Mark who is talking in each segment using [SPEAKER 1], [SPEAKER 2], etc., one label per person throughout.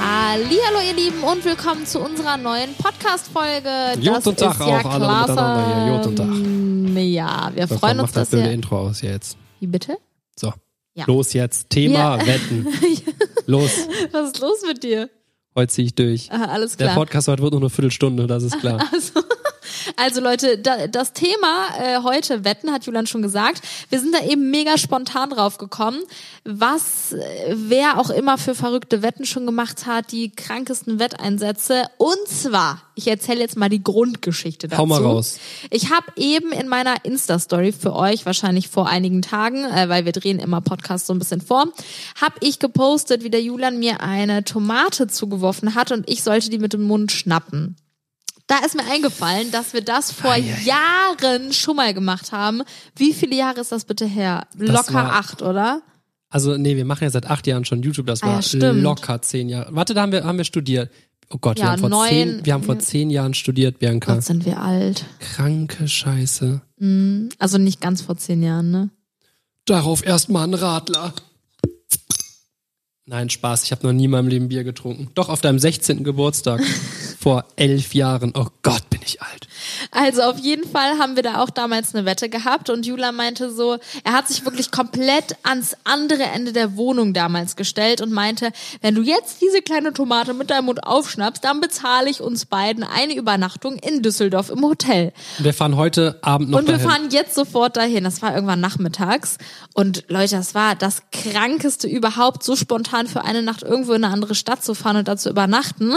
[SPEAKER 1] Hallo ihr Lieben und willkommen zu unserer neuen Podcast-Folge.
[SPEAKER 2] Jod und Tag auch, alle miteinander hier, Jod und Tag.
[SPEAKER 1] und Ja, wir
[SPEAKER 2] Davon
[SPEAKER 1] freuen uns,
[SPEAKER 2] macht das
[SPEAKER 1] dass
[SPEAKER 2] blöde
[SPEAKER 1] ihr...
[SPEAKER 2] Intro aus jetzt.
[SPEAKER 1] Wie bitte?
[SPEAKER 2] So.
[SPEAKER 1] Ja.
[SPEAKER 2] Los jetzt. Thema Wetten. Los.
[SPEAKER 1] Was ist los mit dir?
[SPEAKER 2] Heute ziehe ich durch.
[SPEAKER 1] Ah, alles
[SPEAKER 2] Der
[SPEAKER 1] klar.
[SPEAKER 2] Podcast heute wird nur eine Viertelstunde, das ist klar.
[SPEAKER 1] Also, also Leute, da, das Thema äh, heute Wetten hat Julian schon gesagt. Wir sind da eben mega spontan drauf gekommen, was äh, wer auch immer für verrückte Wetten schon gemacht hat, die krankesten Wetteinsätze. Und zwar, ich erzähle jetzt mal die Grundgeschichte dazu.
[SPEAKER 2] Hau mal raus.
[SPEAKER 1] Ich habe eben in meiner Insta-Story für euch, wahrscheinlich vor einigen Tagen, äh, weil wir drehen immer Podcasts so ein bisschen vor, habe ich gepostet, wie der Julian mir eine Tomate zugeworfen hat und ich sollte die mit dem Mund schnappen. Da ist mir eingefallen, dass wir das vor Jahren schon mal gemacht haben. Wie viele Jahre ist das bitte her? Locker
[SPEAKER 2] war-
[SPEAKER 1] acht, oder?
[SPEAKER 2] Also, nee, wir machen ja seit acht Jahren schon YouTube, das
[SPEAKER 1] Ah, ja,
[SPEAKER 2] war
[SPEAKER 1] stimmt.
[SPEAKER 2] locker zehn Jahre. Warte, da haben wir, haben wir studiert. Oh Gott,
[SPEAKER 1] Ja,
[SPEAKER 2] wir haben vor
[SPEAKER 1] neun-
[SPEAKER 2] zehn, wir haben vor
[SPEAKER 1] ja.
[SPEAKER 2] zehn Jahren studiert, Bianca.
[SPEAKER 1] Gott, sind wir alt.
[SPEAKER 2] Kranke Scheiße.
[SPEAKER 1] Mhm. Also nicht ganz vor zehn Jahren, ne?
[SPEAKER 2] Darauf erstmal ein Radler. Nein, Spaß, ich habe noch nie in meinem Leben Bier getrunken. Doch auf deinem 16. Geburtstag vor elf Jahren. Oh Gott, bin ich alt.
[SPEAKER 1] Also auf jeden Fall haben wir da auch damals eine Wette gehabt und Jula meinte so, er hat sich wirklich komplett ans andere Ende der Wohnung damals gestellt und meinte, wenn du jetzt diese kleine Tomate mit deinem Mund aufschnappst, dann bezahle ich uns beiden eine Übernachtung in Düsseldorf im Hotel.
[SPEAKER 2] Wir fahren heute Abend noch
[SPEAKER 1] Und wir
[SPEAKER 2] dahin.
[SPEAKER 1] fahren jetzt sofort dahin. Das war irgendwann nachmittags. Und Leute, das war das Krankeste überhaupt, so spontan für eine Nacht irgendwo in eine andere Stadt zu fahren und da zu übernachten.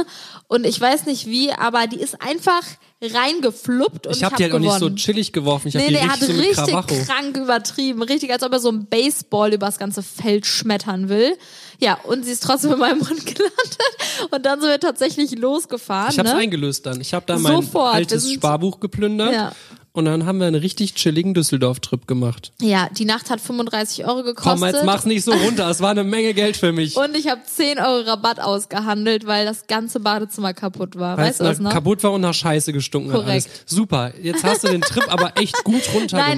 [SPEAKER 1] Und ich weiß nicht wie, aber die ist einfach reingefluppt und
[SPEAKER 2] ich
[SPEAKER 1] ich
[SPEAKER 2] habe
[SPEAKER 1] hab
[SPEAKER 2] die halt auch nicht so
[SPEAKER 1] gewonnen.
[SPEAKER 2] chillig geworfen. Ich habe
[SPEAKER 1] Nee,
[SPEAKER 2] die
[SPEAKER 1] nee, er hat
[SPEAKER 2] richtig so mit
[SPEAKER 1] richtig
[SPEAKER 2] Krawacho.
[SPEAKER 1] krank übertrieben. Richtig, als ob er so einen Baseball übers ganze Feld schmettern will. Ja, und sie ist trotzdem in meinem Mund gelandet. Und dann sind wir tatsächlich losgefahren.
[SPEAKER 2] Ich habe es
[SPEAKER 1] ne?
[SPEAKER 2] eingelöst dann. Ich habe da mein
[SPEAKER 1] Sofort, wir
[SPEAKER 2] altes
[SPEAKER 1] sind-
[SPEAKER 2] Sparbuch geplündert.
[SPEAKER 1] Ja.
[SPEAKER 2] Und dann haben wir einen richtig chilligen Düsseldorf-Trip gemacht.
[SPEAKER 1] Ja, die Nacht hat 35 Euro gekostet.
[SPEAKER 2] Komm, jetzt mach's nicht so runter. Es war eine Menge Geld für mich.
[SPEAKER 1] Und ich habe 10 Euro Rabatt ausgehandelt, weil das ganze Badezimmer kaputt war. Weißt du
[SPEAKER 2] Weil's
[SPEAKER 1] das
[SPEAKER 2] nach-
[SPEAKER 1] noch?
[SPEAKER 2] kaputt war und nach Scheiße gestunken hat alles.
[SPEAKER 1] Korrekt.
[SPEAKER 2] Super, jetzt hast du den Trip aber echt gut runtergemacht.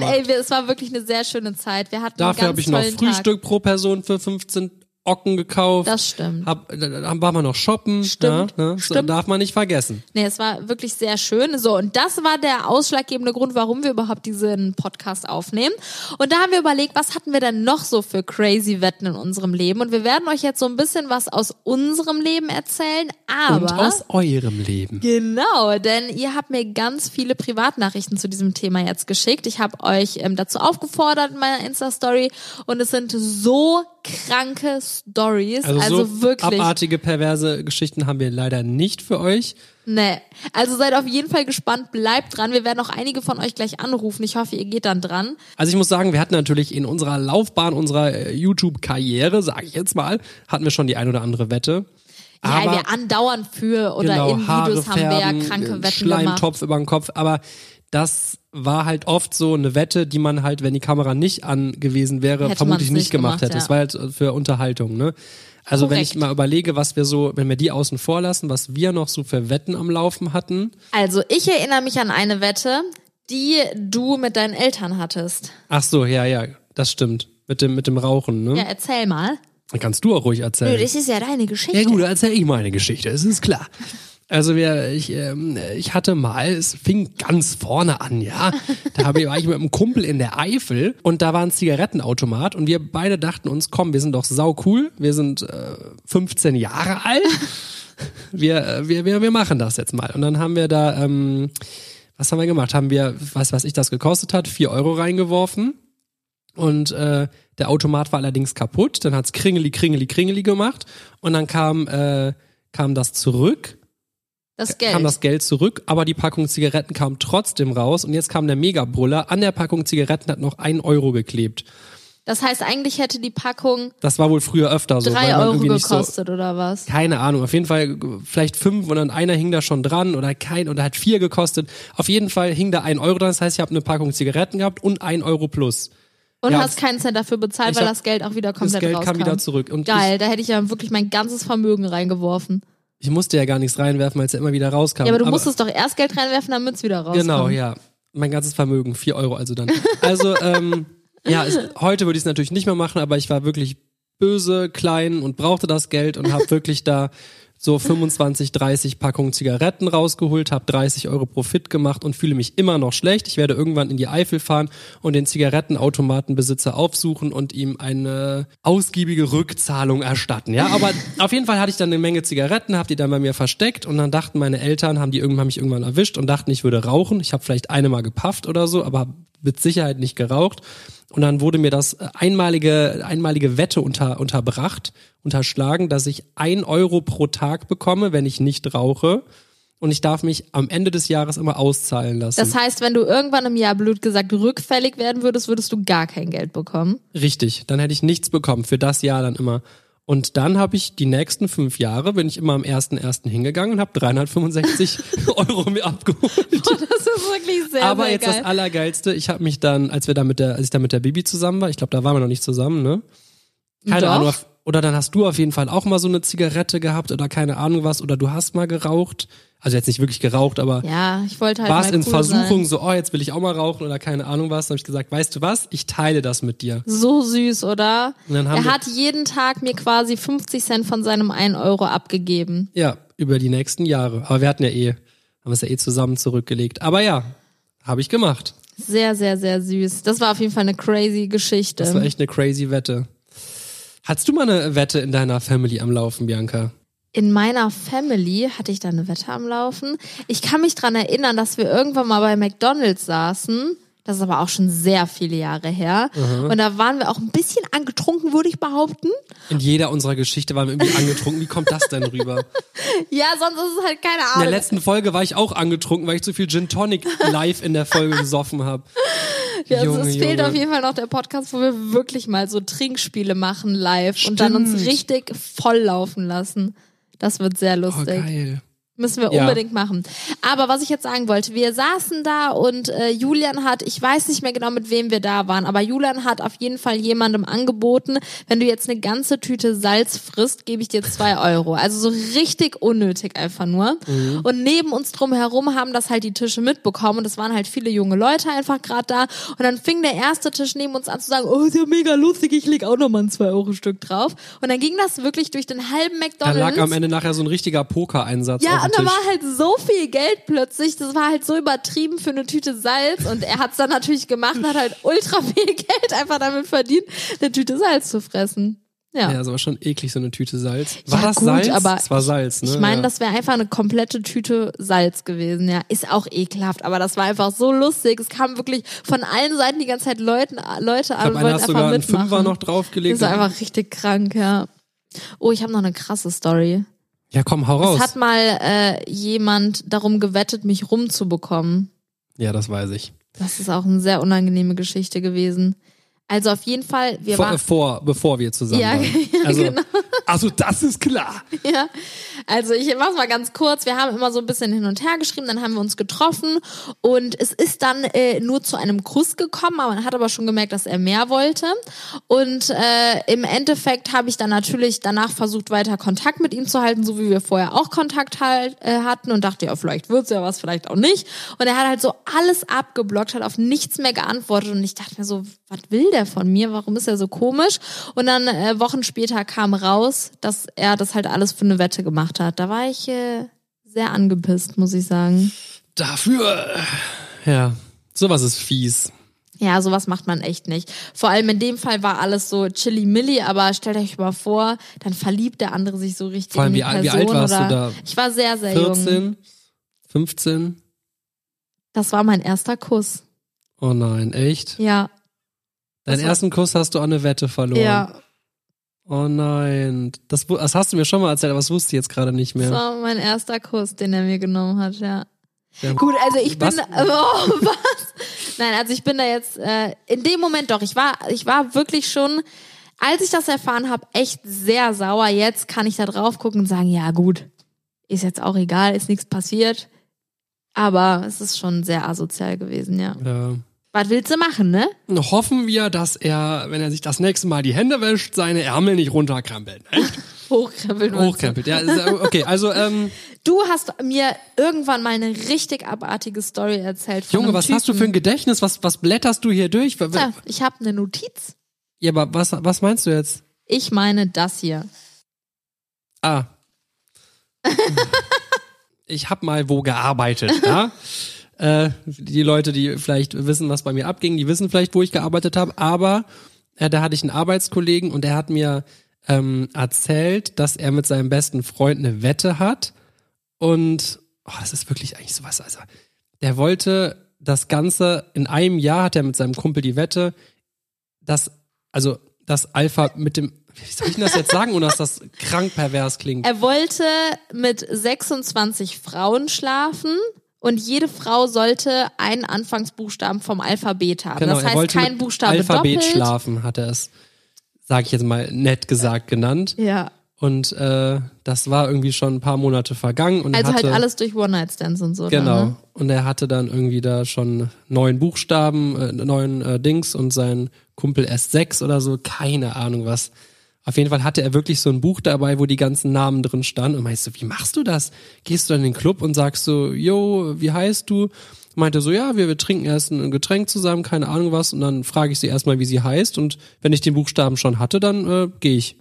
[SPEAKER 1] Nein, ey, wir, es war wirklich eine sehr schöne Zeit. Wir hatten einen
[SPEAKER 2] Dafür habe
[SPEAKER 1] ganz
[SPEAKER 2] ich noch
[SPEAKER 1] tollen Tag.
[SPEAKER 2] Frühstück pro Person für 15 Ocken gekauft.
[SPEAKER 1] Das stimmt.
[SPEAKER 2] Hab, da- da war man noch shoppen.
[SPEAKER 1] Stimmt,
[SPEAKER 2] Ja, ne? So,
[SPEAKER 1] stimmt.
[SPEAKER 2] Darf man nicht vergessen.
[SPEAKER 1] Nee, es war wirklich sehr schön. So, und das war der ausschlaggebende Grund, warum wir überhaupt diesen Podcast aufnehmen. Und da haben wir überlegt, was hatten wir denn noch so für crazy Wetten in unserem Leben? Und wir werden euch jetzt so ein bisschen was aus unserem Leben erzählen, aber...
[SPEAKER 2] Und aus eurem Leben.
[SPEAKER 1] Genau, denn ihr habt mir ganz viele Privatnachrichten zu diesem Thema jetzt geschickt. Ich habe euch ähm, dazu aufgefordert in meiner Insta-Story und es sind so kranke Stories. Also,
[SPEAKER 2] so
[SPEAKER 1] wirklich.
[SPEAKER 2] abartige, perverse Geschichten haben wir leider nicht für euch.
[SPEAKER 1] Nee. Also seid auf jeden Fall gespannt, bleibt dran. Wir werden auch einige von euch gleich anrufen. Ich hoffe, ihr geht dann dran.
[SPEAKER 2] Also ich muss sagen, wir hatten natürlich in unserer Laufbahn, unserer äh, YouTube-Karriere, sage ich jetzt mal, hatten wir schon die ein oder andere Wette.
[SPEAKER 1] Ja,
[SPEAKER 2] aber
[SPEAKER 1] wir andauern für oder
[SPEAKER 2] genau,
[SPEAKER 1] in
[SPEAKER 2] Haare
[SPEAKER 1] Videos
[SPEAKER 2] färben,
[SPEAKER 1] haben wir ja kranke
[SPEAKER 2] äh,
[SPEAKER 1] Wetten gemacht.
[SPEAKER 2] Schleimtopf über den Kopf, aber das war halt oft so eine Wette, die man halt, wenn die Kamera nicht an gewesen wäre,
[SPEAKER 1] Hätte
[SPEAKER 2] vermutlich
[SPEAKER 1] man's
[SPEAKER 2] nicht
[SPEAKER 1] nicht
[SPEAKER 2] gemacht
[SPEAKER 1] gemacht,
[SPEAKER 2] hätte.
[SPEAKER 1] ja.
[SPEAKER 2] Das war halt für Unterhaltung, ne? Also wenn ich
[SPEAKER 1] Korrekt.
[SPEAKER 2] mal überlege, was wir so, wenn wir die außen vor lassen, was wir noch so für Wetten am Laufen hatten.
[SPEAKER 1] Also ich erinnere mich an eine Wette, die du mit deinen Eltern hattest.
[SPEAKER 2] Ach so, ja, ja, das stimmt. Mit dem, mit dem Rauchen, ne?
[SPEAKER 1] Ja, erzähl mal.
[SPEAKER 2] Dann kannst du auch ruhig erzählen.
[SPEAKER 1] Nö, das ist ja deine Geschichte.
[SPEAKER 2] Ja gut, dann erzähl ich meine Geschichte, es ist klar. Also wir, ich, ähm, ich hatte mal, es fing ganz vorne an, ja. Da hab ich, war ich mit einem Kumpel in der Eifel und da war ein Zigarettenautomat und wir beide dachten uns, komm, wir sind doch sau cool, wir sind äh, 15 Jahre alt, wir, äh, wir, wir, wir machen das jetzt mal. Und dann haben wir da, ähm, was haben wir gemacht? Haben wir, was was ich das gekostet hat, 4 Euro reingeworfen und äh, der Automat war allerdings kaputt. Dann hat's kringeli, kringeli, kringeli gemacht. Und dann kam, äh, kam das zurück,
[SPEAKER 1] Das Geld.
[SPEAKER 2] kam Äh, das Geld zurück, aber die Packung Zigaretten kam trotzdem raus. Und jetzt kam der Megabrüller. An der Packung Zigaretten hat noch ein Euro geklebt.
[SPEAKER 1] Das heißt, eigentlich hätte die Packung
[SPEAKER 2] Das war wohl früher öfter so.
[SPEAKER 1] drei
[SPEAKER 2] weil man
[SPEAKER 1] Euro
[SPEAKER 2] irgendwie nicht so,
[SPEAKER 1] gekostet oder was?
[SPEAKER 2] keine Ahnung, auf jeden Fall äh, vielleicht fünf und dann einer hing da schon dran oder kein oder hat vier gekostet. Auf jeden Fall hing da ein Euro dran. Das heißt, ich habe eine Packung Zigaretten gehabt und ein Euro plus.
[SPEAKER 1] Und
[SPEAKER 2] Ja,
[SPEAKER 1] hast keinen Cent dafür bezahlt,
[SPEAKER 2] ich
[SPEAKER 1] weil
[SPEAKER 2] hab-
[SPEAKER 1] das Geld auch wieder
[SPEAKER 2] Das
[SPEAKER 1] komplett
[SPEAKER 2] Geld
[SPEAKER 1] rauskam.
[SPEAKER 2] kam wieder zurück. Und ich,
[SPEAKER 1] Geil, da hätte ich ja wirklich mein ganzes Vermögen reingeworfen.
[SPEAKER 2] ich musste ja gar nichts reinwerfen, weil es ja immer wieder rauskam.
[SPEAKER 1] Ja, aber du musstest doch erst Geld reinwerfen, damit es wieder rauskommt.
[SPEAKER 2] Genau, ja. Mein ganzes Vermögen, 4 Euro also dann. Also, ähm, ja, es, heute würde ich es natürlich nicht mehr machen, aber ich war wirklich böse, klein und brauchte das Geld und habe wirklich da so 25, 30 Packungen Zigaretten rausgeholt, habe 30 Euro Profit gemacht und fühle mich immer noch schlecht. Ich werde irgendwann in die Eifel fahren und den Zigarettenautomatenbesitzer aufsuchen und ihm eine ausgiebige Rückzahlung erstatten. Ja, aber auf jeden Fall hatte ich dann eine Menge Zigaretten, habe die dann bei mir versteckt und dann dachten meine Eltern, haben die irgendwann haben mich irgendwann erwischt und dachten, ich würde rauchen. Ich habe vielleicht eine mal gepafft oder so, aber hab mit Sicherheit nicht geraucht. Und dann wurde mir das äh, einmalige, einmalige Wette unter, unterbracht, unterschlagen, dass ich ein Euro pro Tag bekomme, wenn ich nicht rauche. Und ich darf mich am Ende des Jahres immer auszahlen lassen.
[SPEAKER 1] Das heißt, wenn du irgendwann im Jahr blöd gesagt rückfällig werden würdest, würdest du gar kein Geld bekommen.
[SPEAKER 2] Richtig, dann hätte ich nichts bekommen, für das Jahr dann immer. Und dann habe ich die nächsten fünf Jahre, bin ich immer am 1.1. hingegangen und habe 365 Euro mir abgeholt.
[SPEAKER 1] Das ist wirklich sehr,
[SPEAKER 2] Aber
[SPEAKER 1] sehr
[SPEAKER 2] jetzt
[SPEAKER 1] geil.
[SPEAKER 2] das Allergeilste, ich habe mich dann, als wir da mit der, als ich da mit der Bibi zusammen war, ich glaube, da waren wir noch nicht zusammen, ne? Keine
[SPEAKER 1] Doch.
[SPEAKER 2] Ahnung. auf- Oder dann hast du auf jeden Fall auch mal so eine Zigarette gehabt oder keine Ahnung was oder du hast mal geraucht. Also jetzt nicht wirklich geraucht, aber
[SPEAKER 1] ja, ich wollte halt
[SPEAKER 2] war es
[SPEAKER 1] mal
[SPEAKER 2] in
[SPEAKER 1] cool Sein.
[SPEAKER 2] Versuchung so, oh, jetzt will ich auch mal rauchen oder keine Ahnung was. Dann habe ich gesagt, weißt du was, ich teile das mit dir.
[SPEAKER 1] So süß, oder?
[SPEAKER 2] Und dann haben
[SPEAKER 1] er
[SPEAKER 2] wir-
[SPEAKER 1] hat jeden Tag mir quasi 50 Cent von seinem 1 Euro abgegeben.
[SPEAKER 2] Ja, über die nächsten Jahre. Aber wir hatten ja eh, haben es ja eh zusammen zurückgelegt. Aber ja, habe ich gemacht.
[SPEAKER 1] Sehr, sehr, sehr süß. Das war auf jeden Fall eine crazy Geschichte.
[SPEAKER 2] Das war echt eine crazy Wette. Hattest du mal eine Wette in deiner Family am Laufen, Bianca?
[SPEAKER 1] in meiner Family hatte ich da eine Wette am Laufen. Ich kann mich dran erinnern, dass wir irgendwann mal bei McDonalds saßen. Das ist aber auch schon sehr viele Jahre her.
[SPEAKER 2] Mhm.
[SPEAKER 1] Und da waren wir auch ein bisschen angetrunken, würde ich behaupten.
[SPEAKER 2] In jeder unserer Geschichte waren wir irgendwie angetrunken. Wie kommt das denn rüber?
[SPEAKER 1] Ja, sonst ist es halt keine
[SPEAKER 2] In
[SPEAKER 1] Ahnung.
[SPEAKER 2] der letzten Folge war ich auch angetrunken, weil ich zu viel Gin Tonic live in der Folge gesoffen habe.
[SPEAKER 1] Ja, also es fehlt auf jeden Fall noch der Podcast, wo wir wirklich mal so Trinkspiele machen live und dann uns
[SPEAKER 2] Stimmt.
[SPEAKER 1] richtig voll laufen lassen. Das wird sehr
[SPEAKER 2] Oh,
[SPEAKER 1] lustig.
[SPEAKER 2] geil.
[SPEAKER 1] Müssen wir
[SPEAKER 2] Ja.
[SPEAKER 1] unbedingt machen. Aber was ich jetzt sagen wollte, wir saßen da und äh, Julian hat, ich weiß nicht mehr genau, mit wem wir da waren, aber Julian hat auf jeden Fall jemandem angeboten, wenn du jetzt eine ganze Tüte Salz frisst, gebe ich dir zwei Euro. Also so richtig unnötig einfach nur.
[SPEAKER 2] Mhm.
[SPEAKER 1] Und neben uns drumherum haben das halt die Tische mitbekommen und es waren halt viele junge Leute einfach gerade da. Und dann fing der erste Tisch neben uns an zu sagen, oh, ist ja mega lustig, ich leg auch nochmal ein zwei Euro Stück drauf. Und dann ging das wirklich durch den halben
[SPEAKER 2] Da
[SPEAKER 1] McDonalds.
[SPEAKER 2] lag am Ende nachher so ein richtiger Poker-Einsatz
[SPEAKER 1] Ja,
[SPEAKER 2] auf dem
[SPEAKER 1] und da
[SPEAKER 2] Tisch.
[SPEAKER 1] war halt so viel Geld plötzlich. Das war halt so übertrieben für eine Tüte Salz. Und er hat's dann natürlich gemacht und hat halt ultra viel Geld einfach damit verdient, eine Tüte Salz zu fressen. Ja.
[SPEAKER 2] ja, das war schon eklig, so eine Tüte Salz. War
[SPEAKER 1] Ja,
[SPEAKER 2] das
[SPEAKER 1] gut,
[SPEAKER 2] Salz?
[SPEAKER 1] aber
[SPEAKER 2] es war Salz, ne?
[SPEAKER 1] Ich meine,
[SPEAKER 2] ja.
[SPEAKER 1] das wäre einfach eine komplette Tüte Salz gewesen, ja. Ist auch ekelhaft, aber das war einfach so lustig. Es kamen wirklich von allen Seiten die ganze Zeit Leuten, Leute
[SPEAKER 2] Ich
[SPEAKER 1] an
[SPEAKER 2] glaub,
[SPEAKER 1] und
[SPEAKER 2] einer
[SPEAKER 1] wollten
[SPEAKER 2] hat
[SPEAKER 1] einfach
[SPEAKER 2] sogar einen
[SPEAKER 1] mitmachen.
[SPEAKER 2] Fünfer noch
[SPEAKER 1] das
[SPEAKER 2] draufgelegt.
[SPEAKER 1] war einfach richtig krank, ja. Oh, ich habe noch eine krasse Story.
[SPEAKER 2] Ja, komm, hau
[SPEAKER 1] Es
[SPEAKER 2] raus.
[SPEAKER 1] hat mal äh, jemand darum gewettet, mich rumzubekommen.
[SPEAKER 2] Ja, das weiß ich.
[SPEAKER 1] Das ist auch eine sehr unangenehme Geschichte gewesen. Also auf jeden Fall, wir
[SPEAKER 2] Vor, äh,
[SPEAKER 1] waren.
[SPEAKER 2] vor, bevor wir zusammen
[SPEAKER 1] Ja, genau.
[SPEAKER 2] waren. Also, also, das ist klar.
[SPEAKER 1] Ja. Also ich mach's mal ganz kurz. Wir haben immer so ein bisschen hin und her geschrieben, dann haben wir uns getroffen und es ist dann äh, nur zu einem Kuss gekommen, aber man hat aber schon gemerkt, dass er mehr wollte. Und äh, im Endeffekt habe ich dann natürlich danach versucht, weiter Kontakt mit ihm zu halten, so wie wir vorher auch Kontakt halt, äh, hatten und dachte, ja, vielleicht wird's ja was, vielleicht auch nicht. Und er hat halt so alles abgeblockt, hat auf nichts mehr geantwortet und ich dachte mir so, was will der von mir? Warum ist er so komisch? Und dann äh, Wochen später kam raus, dass er das halt alles für eine Wette gemacht hat. Da war ich äh, sehr angepisst, muss ich sagen.
[SPEAKER 2] Dafür. äh, Ja, sowas ist fies.
[SPEAKER 1] Ja, sowas macht man echt nicht. Vor allem in dem Fall war alles so chilly-milly, aber stellt euch mal vor, dann verliebt der andere sich so richtig
[SPEAKER 2] Vor allem,
[SPEAKER 1] in die
[SPEAKER 2] wie al-
[SPEAKER 1] Person.
[SPEAKER 2] wie alt warst
[SPEAKER 1] oder
[SPEAKER 2] du da?
[SPEAKER 1] Ich war sehr, sehr jung.
[SPEAKER 2] 14, 15.
[SPEAKER 1] Das war mein erster Kuss.
[SPEAKER 2] Oh nein, echt?
[SPEAKER 1] Ja,
[SPEAKER 2] Deinen
[SPEAKER 1] das war-
[SPEAKER 2] ersten Kuss hast du an eine Wette verloren.
[SPEAKER 1] ja.
[SPEAKER 2] Oh nein. Das, wu- das hast du mir schon mal erzählt, aber das wusste ich jetzt gerade nicht
[SPEAKER 1] Das
[SPEAKER 2] mehr.
[SPEAKER 1] war mein erster Kuss, den er mir genommen hat, ja.
[SPEAKER 2] Ja,
[SPEAKER 1] Gut, also ich bin
[SPEAKER 2] Was?
[SPEAKER 1] da, oh, was? Nein, also ich bin da jetzt äh, in dem Moment doch. Ich war, ich war wirklich schon, als ich das erfahren habe, echt sehr sauer. Jetzt kann ich da drauf gucken und sagen, ja gut, ist jetzt auch egal, ist nichts passiert. Aber es ist schon sehr asozial gewesen, ja.
[SPEAKER 2] Ja.
[SPEAKER 1] Was willst du machen, ne?
[SPEAKER 2] Hoffen wir, dass er, wenn er sich das nächste Mal die Hände wäscht, seine Ärmel nicht runterkrempelt. ne?
[SPEAKER 1] Hochkrempeln. wolltest du.
[SPEAKER 2] Hochkrempelt, ja. ist- äh, Okay, also, ähm,
[SPEAKER 1] Du hast mir irgendwann mal eine richtig abartige Story erzählt. Von
[SPEAKER 2] Junge,
[SPEAKER 1] einem
[SPEAKER 2] was hast du
[SPEAKER 1] Typen.
[SPEAKER 2] für ein Gedächtnis? Was, was blätterst du hier durch? W- w-
[SPEAKER 1] Ja, Ich habe eine Notiz.
[SPEAKER 2] Ja, aber was, was meinst du jetzt?
[SPEAKER 1] Ich meine das hier.
[SPEAKER 2] Ah. ich habe mal wo gearbeitet, ja. Äh, die Leute, die vielleicht wissen, was bei mir abging, die wissen vielleicht, wo ich gearbeitet habe, aber äh, da hatte ich einen Arbeitskollegen und der hat mir ähm, erzählt, dass er mit seinem besten Freund eine Wette hat und oh, das ist wirklich eigentlich sowas, also der wollte das Ganze, in einem Jahr hat er mit seinem Kumpel die Wette, dass, also das Alpha mit dem, wie soll ich denn das jetzt sagen, ohne dass das krank pervers klingt?
[SPEAKER 1] Er wollte mit 26 Frauen schlafen und jede Frau sollte einen Anfangsbuchstaben vom Alphabet haben. das
[SPEAKER 2] Genau, er
[SPEAKER 1] heißt,
[SPEAKER 2] wollte
[SPEAKER 1] kein
[SPEAKER 2] mit
[SPEAKER 1] Buchstabe
[SPEAKER 2] Alphabet
[SPEAKER 1] doppelt.
[SPEAKER 2] schlafen, hat er es, sag ich jetzt mal nett gesagt, genannt.
[SPEAKER 1] Ja.
[SPEAKER 2] Und äh, das war irgendwie schon ein paar Monate vergangen. Und er
[SPEAKER 1] Also
[SPEAKER 2] hatte,
[SPEAKER 1] halt alles durch One-Night-Stands und so.
[SPEAKER 2] Genau.
[SPEAKER 1] dann, Ne?
[SPEAKER 2] Und er hatte dann irgendwie da schon neun Buchstaben, äh, neun äh, Dings und sein Kumpel erst sechs oder so. Keine Ahnung was. Auf jeden Fall hatte er wirklich so ein Buch dabei, wo die ganzen Namen drin standen. Und meinst du, wie machst du das? Gehst du in den Club und sagst so, yo, wie heißt du? Meinte so, ja, wir, wir trinken erst ein Getränk zusammen, keine Ahnung was. Und dann frage ich sie erstmal, wie sie heißt. Und wenn ich den Buchstaben schon hatte, dann äh, gehe ich.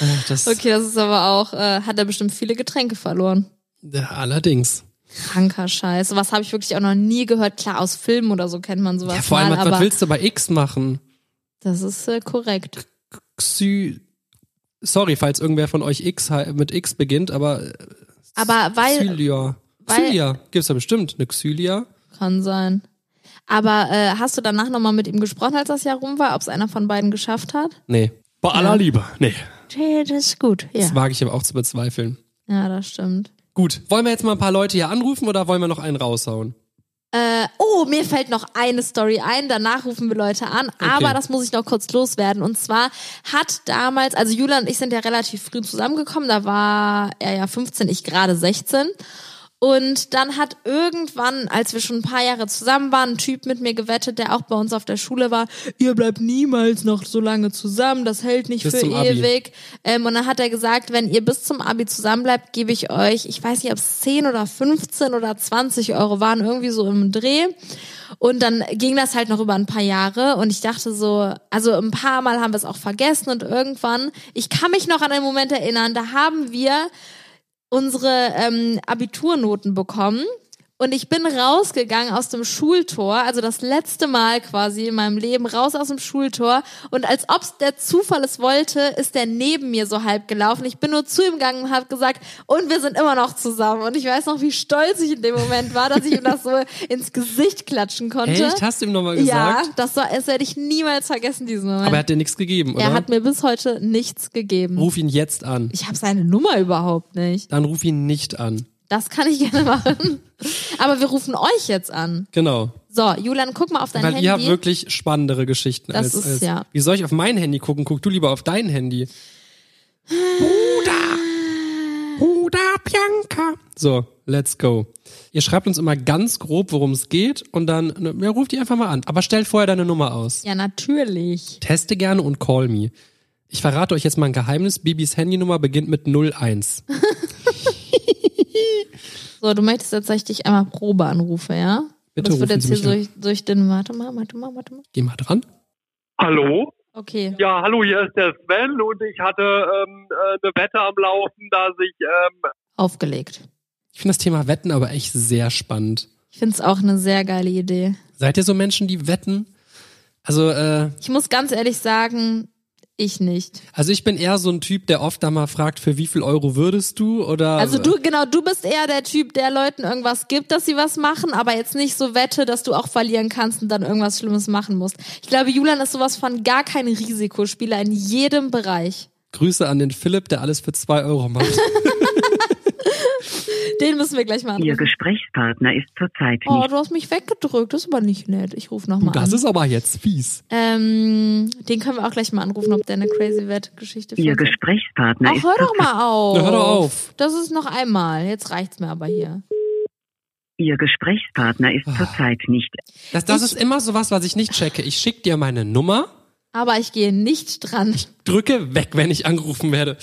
[SPEAKER 2] Äh, das,
[SPEAKER 1] Okay, das ist aber auch, äh, hat er bestimmt viele Getränke verloren.
[SPEAKER 2] ja, allerdings.
[SPEAKER 1] Kranker Scheiß. Was habe ich wirklich auch noch nie gehört. Klar, aus Filmen oder so kennt man sowas
[SPEAKER 2] Ja, vor allem,
[SPEAKER 1] mal,
[SPEAKER 2] was, was
[SPEAKER 1] aber
[SPEAKER 2] willst du bei X machen?
[SPEAKER 1] das ist äh, korrekt.
[SPEAKER 2] Xy. Sorry, falls irgendwer von euch X he- mit X beginnt, aber äh,
[SPEAKER 1] Aber Ah, weil,
[SPEAKER 2] Xylia.
[SPEAKER 1] weil-
[SPEAKER 2] Xylia. Gibt's da bestimmt eine Xylia?
[SPEAKER 1] kann sein. Aber äh, hast du danach nochmal mit ihm gesprochen, als das Jahr rum war, ob es einer von beiden geschafft hat?
[SPEAKER 2] Nee. Bei aller
[SPEAKER 1] Ja.
[SPEAKER 2] Liebe. Nee.
[SPEAKER 1] Hey, das ist gut. Ja,
[SPEAKER 2] Das wage ich aber auch zu bezweifeln.
[SPEAKER 1] ja das stimmt.
[SPEAKER 2] Gut, wollen wir jetzt mal ein paar Leute hier anrufen oder wollen wir noch einen raushauen?
[SPEAKER 1] Äh, oh, mir fällt noch eine Story ein, danach rufen wir Leute an, aber das muss ich noch kurz loswerden. Und zwar hat damals, also Julian und ich sind ja relativ früh zusammengekommen, da war er ja 15, ich gerade 16. Und dann hat irgendwann, als wir schon ein paar Jahre zusammen waren, ein Typ mit mir gewettet, der auch bei uns auf der Schule war, ihr bleibt niemals noch so lange zusammen, das hält nicht
[SPEAKER 2] Bis
[SPEAKER 1] für
[SPEAKER 2] zum Abi.
[SPEAKER 1] ewig. Ähm, und dann hat er gesagt, wenn ihr bis zum Abi zusammen bleibt, gebe ich euch, ich weiß nicht, ob es 10 oder 15 oder 20 Euro waren, irgendwie so im Dreh. Und dann ging das halt noch über ein paar Jahre und ich dachte so, also ein paar Mal haben wir es auch vergessen und irgendwann, ich kann mich noch an einen Moment erinnern, da haben wir unsere ähm, Abiturnoten bekommen. Und ich bin rausgegangen aus dem Schultor, also das letzte Mal quasi in meinem Leben raus aus dem Schultor. Und als ob der Zufall es wollte, ist der neben mir so halb gelaufen. Ich bin nur zu ihm gegangen und habe gesagt, und wir sind immer noch zusammen. Und ich weiß noch, wie stolz ich in dem Moment war, dass ich ihm das so ins Gesicht klatschen konnte.
[SPEAKER 2] Echt? Hast du ihm nochmal
[SPEAKER 1] ja,
[SPEAKER 2] gesagt?
[SPEAKER 1] das, war, das werde ich niemals vergessen, diesen Moment.
[SPEAKER 2] Aber er hat dir nichts gegeben, oder? Oh.
[SPEAKER 1] er hat mir bis heute nichts gegeben.
[SPEAKER 2] ruf ihn jetzt an.
[SPEAKER 1] Ich habe seine Nummer überhaupt nicht.
[SPEAKER 2] Dann ruf ihn nicht an.
[SPEAKER 1] Das kann ich gerne machen. Aber wir rufen euch jetzt an.
[SPEAKER 2] Genau.
[SPEAKER 1] So, Julian, guck mal auf dein
[SPEAKER 2] Weil
[SPEAKER 1] Handy.
[SPEAKER 2] ihr habt wirklich spannendere Geschichten
[SPEAKER 1] Das
[SPEAKER 2] als,
[SPEAKER 1] ist-
[SPEAKER 2] als
[SPEAKER 1] ja.
[SPEAKER 2] Wie soll ich auf mein Handy gucken? Guck du lieber auf dein Handy. Bruder! Bruder Bianca! So, let's go. Ihr schreibt uns immer ganz grob, worum es geht und dann ne, ja, ruft ihr einfach mal an. Aber stellt vorher deine Nummer aus.
[SPEAKER 1] ja, natürlich.
[SPEAKER 2] Teste gerne und call me. Ich verrate euch jetzt mal ein Geheimnis. Bibis Handynummer beginnt mit 01.
[SPEAKER 1] So, du möchtest jetzt, dass ich dich einmal Probe anrufe, ja?
[SPEAKER 2] Bitte
[SPEAKER 1] das wird
[SPEAKER 2] rufen
[SPEAKER 1] jetzt
[SPEAKER 2] Sie
[SPEAKER 1] hier
[SPEAKER 2] mich
[SPEAKER 1] durch, durch den. Warte mal, warte mal, warte mal.
[SPEAKER 2] Geh mal dran.
[SPEAKER 3] Hallo?
[SPEAKER 1] Okay.
[SPEAKER 3] Ja, hallo, hier ist der Sven und ich hatte ähm, äh, eine Wette am Laufen, dass ich ähm,
[SPEAKER 1] Aufgelegt.
[SPEAKER 2] Ich finde das Thema Wetten aber echt sehr spannend.
[SPEAKER 1] Ich finde es auch eine sehr geile Idee.
[SPEAKER 2] Seid ihr so Menschen, die wetten? Also, äh,
[SPEAKER 1] Ich muss ganz ehrlich sagen, ich nicht.
[SPEAKER 2] Also ich bin eher so ein Typ, der oft da mal fragt, für wie viel Euro würdest du oder
[SPEAKER 1] Also du, genau, du bist eher der Typ, der Leuten irgendwas gibt, dass sie was machen, aber jetzt nicht so wette, dass du auch verlieren kannst und dann irgendwas Schlimmes machen musst. Ich glaube, Julian ist sowas von gar kein Risikospieler in jedem Bereich.
[SPEAKER 2] Grüße an den Philipp, der alles für zwei Euro macht.
[SPEAKER 1] Den müssen wir gleich mal
[SPEAKER 4] Ihr
[SPEAKER 1] anrufen.
[SPEAKER 4] Gesprächspartner ist zurzeit nicht
[SPEAKER 1] Oh, du hast mich weggedrückt, das ist aber nicht nett. Ich rufe nochmal
[SPEAKER 2] das
[SPEAKER 1] an.
[SPEAKER 2] ist aber jetzt fies.
[SPEAKER 1] Ähm, den können wir auch gleich mal anrufen, ob der eine Crazy Wett-Geschichte
[SPEAKER 4] Ihr
[SPEAKER 1] für uns hat.
[SPEAKER 4] Gesprächspartner
[SPEAKER 1] Ach,
[SPEAKER 4] ist
[SPEAKER 1] hör doch mal auf.
[SPEAKER 2] Na, hör doch auf.
[SPEAKER 1] Das ist noch einmal. Jetzt reicht's mir aber hier.
[SPEAKER 4] Ihr Gesprächspartner ist
[SPEAKER 5] Ah.
[SPEAKER 4] zurzeit nicht
[SPEAKER 2] Das, das
[SPEAKER 1] Ich-
[SPEAKER 2] ist immer sowas, was ich nicht checke. Ich schick dir meine Nummer,
[SPEAKER 1] Aber ich gehe nicht dran.
[SPEAKER 2] drücke weg, wenn ich angerufen werde.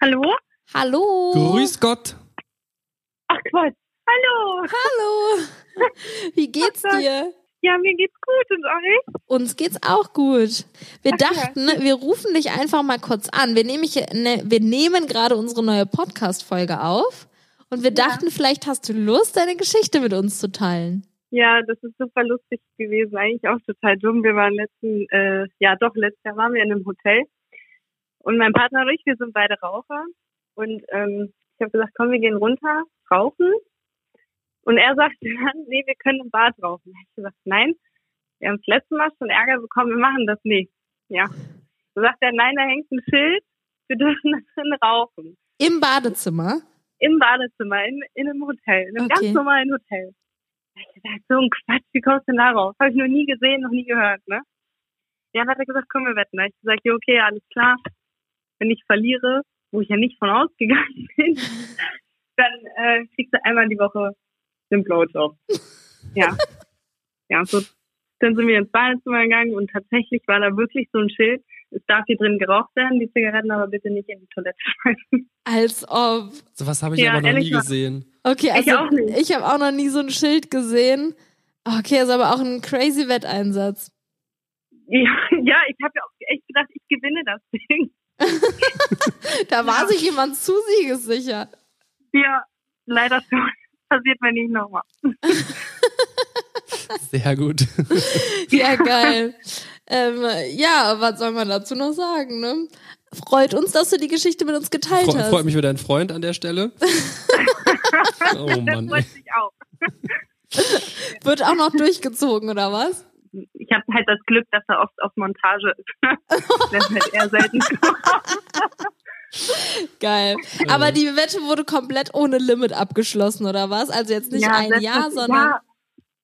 [SPEAKER 5] Hallo?
[SPEAKER 1] Hallo.
[SPEAKER 2] Grüß Gott.
[SPEAKER 5] Ach Quatsch. Hallo.
[SPEAKER 1] Hallo. Wie geht's dir?
[SPEAKER 5] Ja, mir geht's gut und euch?
[SPEAKER 1] Uns geht's auch gut. Wir
[SPEAKER 5] ja.
[SPEAKER 1] dachten, ne, wir rufen dich einfach mal kurz an. Wir, nehmen ich, ne, wir nehmen gerade unsere neue Podcast-Folge auf und wir dachten, vielleicht hast du Lust, deine Geschichte mit uns zu teilen.
[SPEAKER 5] Ja, das ist super lustig gewesen. Eigentlich auch total dumm. Wir waren letzten, äh, ja doch, letztes Jahr waren wir in einem Hotel. Und mein Partner und ich, wir sind beide Raucher. Und ähm, ich habe gesagt, komm, wir gehen runter, rauchen. Und er sagte dann, nee, wir können im Bad rauchen. Ich gesagt, nein, wir haben das letzte Mal schon Ärger bekommen, wir machen das nicht. Ja. So sagt er, nein, da hängt ein Schild, wir dürfen da drin rauchen.
[SPEAKER 1] Im Badezimmer.
[SPEAKER 5] im Badezimmer, in, in einem Hotel, in einem
[SPEAKER 1] Okay.
[SPEAKER 5] ganz normalen Hotel. Da hab ich gesagt, so ein Quatsch, wie kommst du denn da raus? Habe ich noch nie gesehen, noch nie gehört, ne? Ja, dann hat er gesagt, komm, wir wetten. Da hab ich gesagt, ja, okay, alles klar. Wenn ich verliere, wo ich ja nicht von ausgegangen bin, dann äh, kriegst du einmal die Woche den Blowjob. Ja. Ja, so. Dann sind wir ins Badezimmer gegangen und tatsächlich war da wirklich so ein Schild, es darf hier drin geraucht werden, die Zigaretten aber bitte nicht in die Toilette schmeißen.
[SPEAKER 1] Als ob.
[SPEAKER 2] Sowas habe ich
[SPEAKER 5] Ja,
[SPEAKER 2] aber noch
[SPEAKER 5] ehrlich
[SPEAKER 2] nie
[SPEAKER 5] gesagt.
[SPEAKER 2] gesehen.
[SPEAKER 1] Okay, also
[SPEAKER 5] Ich auch nicht.
[SPEAKER 1] ich habe auch noch nie so ein Schild gesehen. Okay, ist aber auch ein crazy Wetteinsatz.
[SPEAKER 5] Ja, ja ich habe ja auch echt gedacht, ich gewinne das Ding.
[SPEAKER 1] Da war sich jemand zu siegessicher.
[SPEAKER 5] Ja, leider schon. Passiert mir nicht nochmal.
[SPEAKER 2] Sehr gut.
[SPEAKER 1] Ja, geil. ähm, ja, was soll man dazu noch sagen, ne? Freut uns, dass du die Geschichte mit uns geteilt
[SPEAKER 2] Fre
[SPEAKER 1] hast.
[SPEAKER 2] freut mich für deinen Freund an der Stelle. oh
[SPEAKER 5] Das
[SPEAKER 2] Mann. ey.
[SPEAKER 5] wollte ich auch.
[SPEAKER 1] Wird auch noch durchgezogen, oder was?
[SPEAKER 5] Ich habe halt das Glück, dass er oft auf Montage ist. Das ist halt eher selten.
[SPEAKER 1] Geil. Aber die Wette wurde komplett ohne Limit abgeschlossen, oder was? Also jetzt nicht ein
[SPEAKER 5] das
[SPEAKER 1] Jahr,
[SPEAKER 5] ist-
[SPEAKER 1] sondern.
[SPEAKER 5] Ja,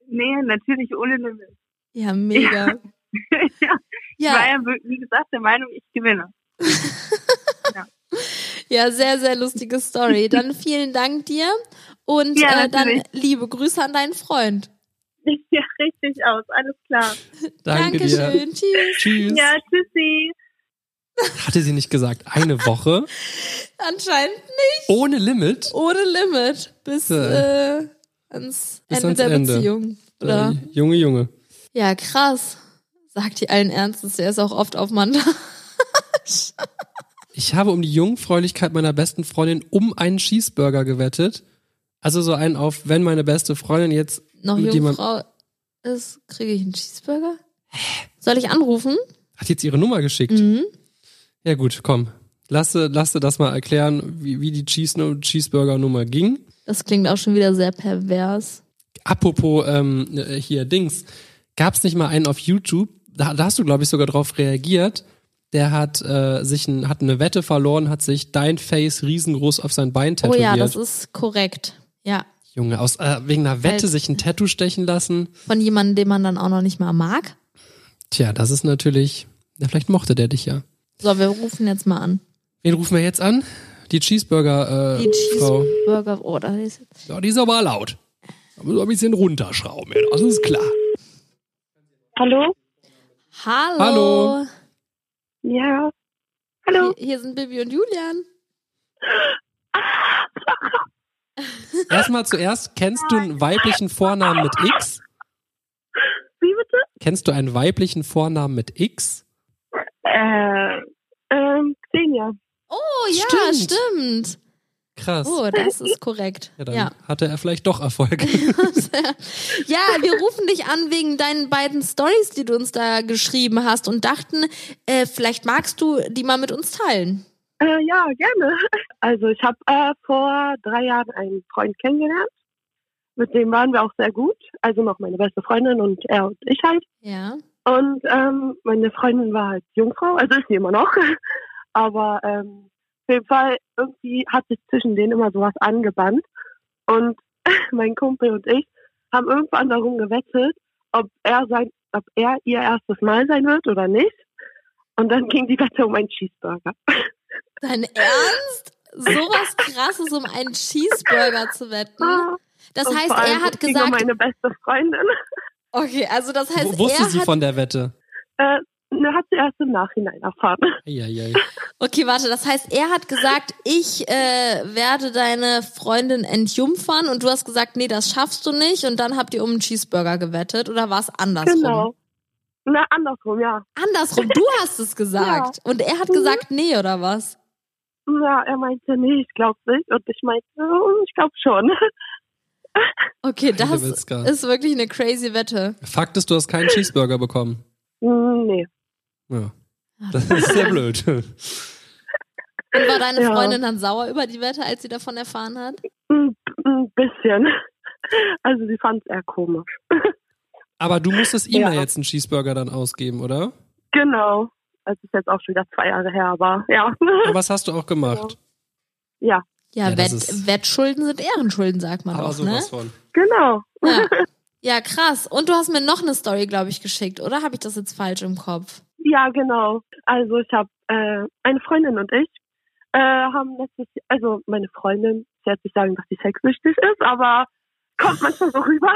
[SPEAKER 5] nee, natürlich ohne Limit.
[SPEAKER 1] Ja, mega.
[SPEAKER 5] ja. Ich war
[SPEAKER 1] Ja,
[SPEAKER 5] ja, wie gesagt, der Meinung, ich gewinne.
[SPEAKER 1] ja, sehr, sehr lustige Story. Dann vielen Dank dir und
[SPEAKER 5] Ja,
[SPEAKER 1] äh, dann
[SPEAKER 5] natürlich.
[SPEAKER 1] liebe Grüße an deinen Freund.
[SPEAKER 5] Ja, richtig aus. Alles klar.
[SPEAKER 2] Danke dir.
[SPEAKER 1] Dankeschön. Tschüss.
[SPEAKER 2] Tschüss.
[SPEAKER 5] Ja, tschüssi.
[SPEAKER 2] Hatte sie nicht gesagt, eine Woche
[SPEAKER 1] Anscheinend
[SPEAKER 2] ohne Limit?
[SPEAKER 1] ohne Limit bis
[SPEAKER 2] Ja.
[SPEAKER 1] äh, ans
[SPEAKER 2] Bis
[SPEAKER 1] Ende
[SPEAKER 2] ans
[SPEAKER 1] der
[SPEAKER 2] Ende.
[SPEAKER 1] Beziehung. Oder?
[SPEAKER 2] Äh, Junge, Junge.
[SPEAKER 1] Ja, krass. Sagt die allen Ernstes, der ist auch oft auf Manta.
[SPEAKER 2] Ich habe um die Jungfräulichkeit meiner besten Freundin um einen Cheeseburger gewettet. Also so einen auf, wenn meine beste Freundin jetzt
[SPEAKER 1] Noch
[SPEAKER 2] mit jemand-
[SPEAKER 1] Jungfrau ist, kriege ich einen Cheeseburger? Soll ich anrufen?
[SPEAKER 2] hat jetzt ihre Nummer geschickt.
[SPEAKER 1] Mhm.
[SPEAKER 2] Ja gut, komm. Lasse, lasse das mal erklären, wie, wie die Cheese Cheeseburger-Nummer ging.
[SPEAKER 1] Das klingt auch schon wieder sehr pervers.
[SPEAKER 2] Apropos ähm, äh, hier Dings, gab es nicht mal einen auf YouTube? Da, da hast du glaube ich sogar drauf reagiert. Der hat äh, sich ein, hat eine Wette verloren, hat sich dein Face riesengroß auf sein Bein
[SPEAKER 1] Oh
[SPEAKER 2] tätowiert.
[SPEAKER 1] ja, das ist korrekt. Ja.
[SPEAKER 2] Junge, aus äh, wegen einer Wette
[SPEAKER 1] Halt.
[SPEAKER 2] sich ein Tattoo stechen lassen.
[SPEAKER 1] Von jemandem, den man dann auch noch nicht mal mag.
[SPEAKER 2] Tja, das ist natürlich. Na, vielleicht mochte der dich ja.
[SPEAKER 1] So, wir rufen jetzt mal an.
[SPEAKER 2] Wen rufen wir jetzt an? Die Cheeseburger äh,
[SPEAKER 1] Die
[SPEAKER 2] Frau.
[SPEAKER 1] Cheeseburger. Oh, da ist.
[SPEAKER 2] Ja, die ist aber laut. Da müssen wir ein bisschen runterschrauben, ja, das ist klar.
[SPEAKER 5] Hallo?
[SPEAKER 1] Hallo.
[SPEAKER 2] Hallo.
[SPEAKER 5] Ja. Hallo.
[SPEAKER 1] Hier, hier sind Bibi und Julian.
[SPEAKER 2] Erstmal zuerst, kennst du einen weiblichen Vornamen mit X?
[SPEAKER 5] Wie bitte?
[SPEAKER 2] Kennst du einen weiblichen Vornamen mit X?
[SPEAKER 5] Äh, ähm, Xenia.
[SPEAKER 1] Oh ja,
[SPEAKER 2] Stimmt.
[SPEAKER 1] stimmt.
[SPEAKER 2] Krass.
[SPEAKER 1] Oh, das ist korrekt.
[SPEAKER 2] Ja,
[SPEAKER 1] Ja,
[SPEAKER 2] dann hatte er vielleicht doch Erfolg.
[SPEAKER 1] ja, wir rufen dich an wegen deinen beiden Stories, die du uns da geschrieben hast und dachten, äh, vielleicht magst du die mal mit uns teilen.
[SPEAKER 5] Äh, ja, gerne. Also ich habe äh, vor drei Jahren einen Freund kennengelernt. Mit dem waren wir auch sehr gut. Also noch meine beste Freundin und er und ich halt.
[SPEAKER 1] Ja.
[SPEAKER 5] Und ähm, meine Freundin war halt Jungfrau, also ist sie immer noch. Aber ähm, auf jeden Fall, irgendwie hat sich zwischen denen immer sowas angebannt. Und mein Kumpel und ich haben irgendwann darum gewettet, ob er, sein, ob er ihr erstes Mal sein wird oder nicht. Und dann ging die Wette um einen Cheeseburger.
[SPEAKER 1] Dein Ernst? Sowas krasses, um einen Cheeseburger zu wetten. Das
[SPEAKER 5] Und
[SPEAKER 1] heißt,
[SPEAKER 5] vor allem
[SPEAKER 1] er hat
[SPEAKER 5] gegen
[SPEAKER 1] gesagt,
[SPEAKER 5] meine beste Freundin.
[SPEAKER 1] okay, also das heißt,
[SPEAKER 2] Wo- Wusste
[SPEAKER 1] er
[SPEAKER 2] sie
[SPEAKER 1] hat,
[SPEAKER 2] von der Wette?
[SPEAKER 5] Äh, Ne, hat sie erst im Nachhinein erfahren.
[SPEAKER 2] Eieiei.
[SPEAKER 1] Okay, warte, das heißt, er hat gesagt, ich äh, werde deine Freundin entjumpfern und du hast gesagt, nee, das schaffst du nicht und dann habt ihr um einen Cheeseburger gewettet oder war es andersrum?
[SPEAKER 5] Genau. Na, andersrum, ja.
[SPEAKER 1] Andersrum, du hast es gesagt und er hat
[SPEAKER 5] Mhm.
[SPEAKER 1] gesagt, nee oder was?
[SPEAKER 5] Ja, er meinte, nee, ich glaub's nicht. Und ich meinte, oh, ich glaub schon.
[SPEAKER 1] Okay,
[SPEAKER 2] Heide
[SPEAKER 1] das
[SPEAKER 2] Witzka.
[SPEAKER 1] ist wirklich eine crazy Wette.
[SPEAKER 2] Fakt ist, du hast keinen Cheeseburger bekommen.
[SPEAKER 5] Hm, Nee.
[SPEAKER 2] Ja.
[SPEAKER 1] Ah.
[SPEAKER 2] Das ist sehr blöd.
[SPEAKER 1] Und war deine
[SPEAKER 5] Ja.
[SPEAKER 1] Freundin dann sauer über die Wette, als sie davon erfahren hat?
[SPEAKER 5] Ein, ein Hm, bisschen. Also sie fand's eher komisch.
[SPEAKER 2] Aber du musstest ihm ja.
[SPEAKER 5] Ja.
[SPEAKER 2] jetzt einen Cheeseburger dann ausgeben, oder?
[SPEAKER 5] Genau. Also ist jetzt auch schon wieder zwei Jahre her, aber ja.
[SPEAKER 2] Aber was hast du auch gemacht?
[SPEAKER 1] Ja,
[SPEAKER 2] Ja, das
[SPEAKER 1] Wett,
[SPEAKER 2] ist-
[SPEAKER 1] Wettschulden sind Ehrenschulden, sagt man
[SPEAKER 2] Aber
[SPEAKER 1] auch, ne?
[SPEAKER 2] sowas von.
[SPEAKER 5] Genau.
[SPEAKER 1] Ja. ja, krass. Und du hast mir noch eine Story, glaube ich, geschickt, oder? Habe ich das jetzt falsch im Kopf?
[SPEAKER 5] Ja, genau. Also ich habe äh, eine Freundin und ich äh, haben letztes Jahr, also meine Freundin, sie hat sich sagen, dass sie sexsüchtig ist, aber kommt manchmal so rüber.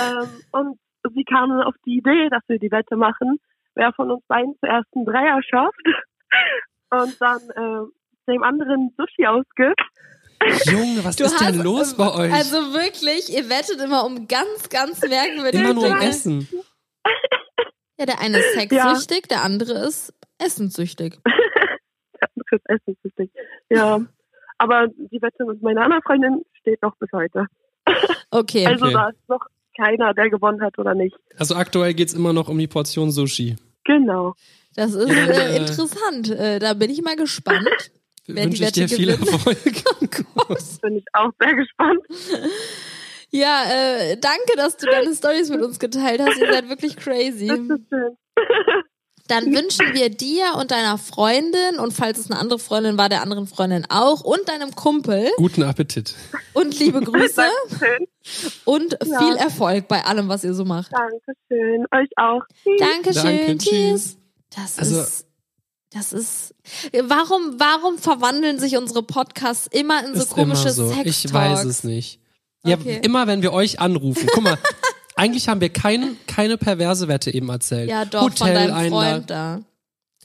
[SPEAKER 5] ähm, und sie kam dann auf die Idee, dass wir die Wette machen, wer von uns beiden zuerst einen Dreier schafft und dann äh, dem anderen Sushi ausgibt.
[SPEAKER 2] Junge, was
[SPEAKER 1] Du
[SPEAKER 2] ist denn
[SPEAKER 1] hast-
[SPEAKER 2] los bei euch?
[SPEAKER 1] Also wirklich, ihr wettet immer um ganz, ganz merkwürdige
[SPEAKER 2] Immer nur um
[SPEAKER 1] Dinge.
[SPEAKER 2] Essen.
[SPEAKER 1] Ja, der eine ist sexsüchtig, der andere ist essenssüchtig.
[SPEAKER 5] Fürs Essen, richtig. Ja. Aber die Wette mit meiner anderen Freundin steht noch bis heute.
[SPEAKER 1] Okay.
[SPEAKER 5] Also
[SPEAKER 2] Okay.
[SPEAKER 5] da ist noch keiner, der gewonnen hat oder nicht.
[SPEAKER 2] Also aktuell geht's immer noch um die Portion Sushi.
[SPEAKER 5] Genau.
[SPEAKER 1] Das ist
[SPEAKER 2] Ja, dann,
[SPEAKER 1] äh,
[SPEAKER 2] äh,
[SPEAKER 1] interessant. Äh, da bin ich mal gespannt. Wer die
[SPEAKER 2] Wünsche ich dir
[SPEAKER 1] Wette
[SPEAKER 2] viel
[SPEAKER 1] gewinnt.
[SPEAKER 2] Erfolg.
[SPEAKER 1] Oh Gott.
[SPEAKER 5] bin ich auch sehr gespannt.
[SPEAKER 1] Ja, äh, danke, dass du deine Stories mit uns geteilt hast. Ihr seid wirklich crazy.
[SPEAKER 5] Das ist schön.
[SPEAKER 1] Dann wünschen wir dir und deiner Freundin und falls es eine andere Freundin war, der anderen Freundin auch und deinem Kumpel
[SPEAKER 2] Guten Appetit.
[SPEAKER 1] und liebe Grüße
[SPEAKER 5] Dankeschön.
[SPEAKER 1] und
[SPEAKER 5] Ja.
[SPEAKER 1] viel Erfolg bei allem, was ihr so macht.
[SPEAKER 5] Dankeschön. Euch auch. Tschüss.
[SPEAKER 1] Dankeschön.
[SPEAKER 2] Danke,
[SPEAKER 1] tschüss.
[SPEAKER 2] tschüss.
[SPEAKER 1] Das
[SPEAKER 2] Also-
[SPEAKER 1] ist. Das ist. Warum, warum verwandeln sich unsere Podcasts immer in so
[SPEAKER 2] ist
[SPEAKER 1] komische
[SPEAKER 2] immer so.
[SPEAKER 1] Sex-Talks?
[SPEAKER 2] Ich weiß es nicht. Ja,
[SPEAKER 1] Okay.
[SPEAKER 2] immer wenn wir euch anrufen. Guck mal, eigentlich haben wir kein, keine perverse Wette eben erzählt.
[SPEAKER 1] Ja, doch, von deinem Freund da.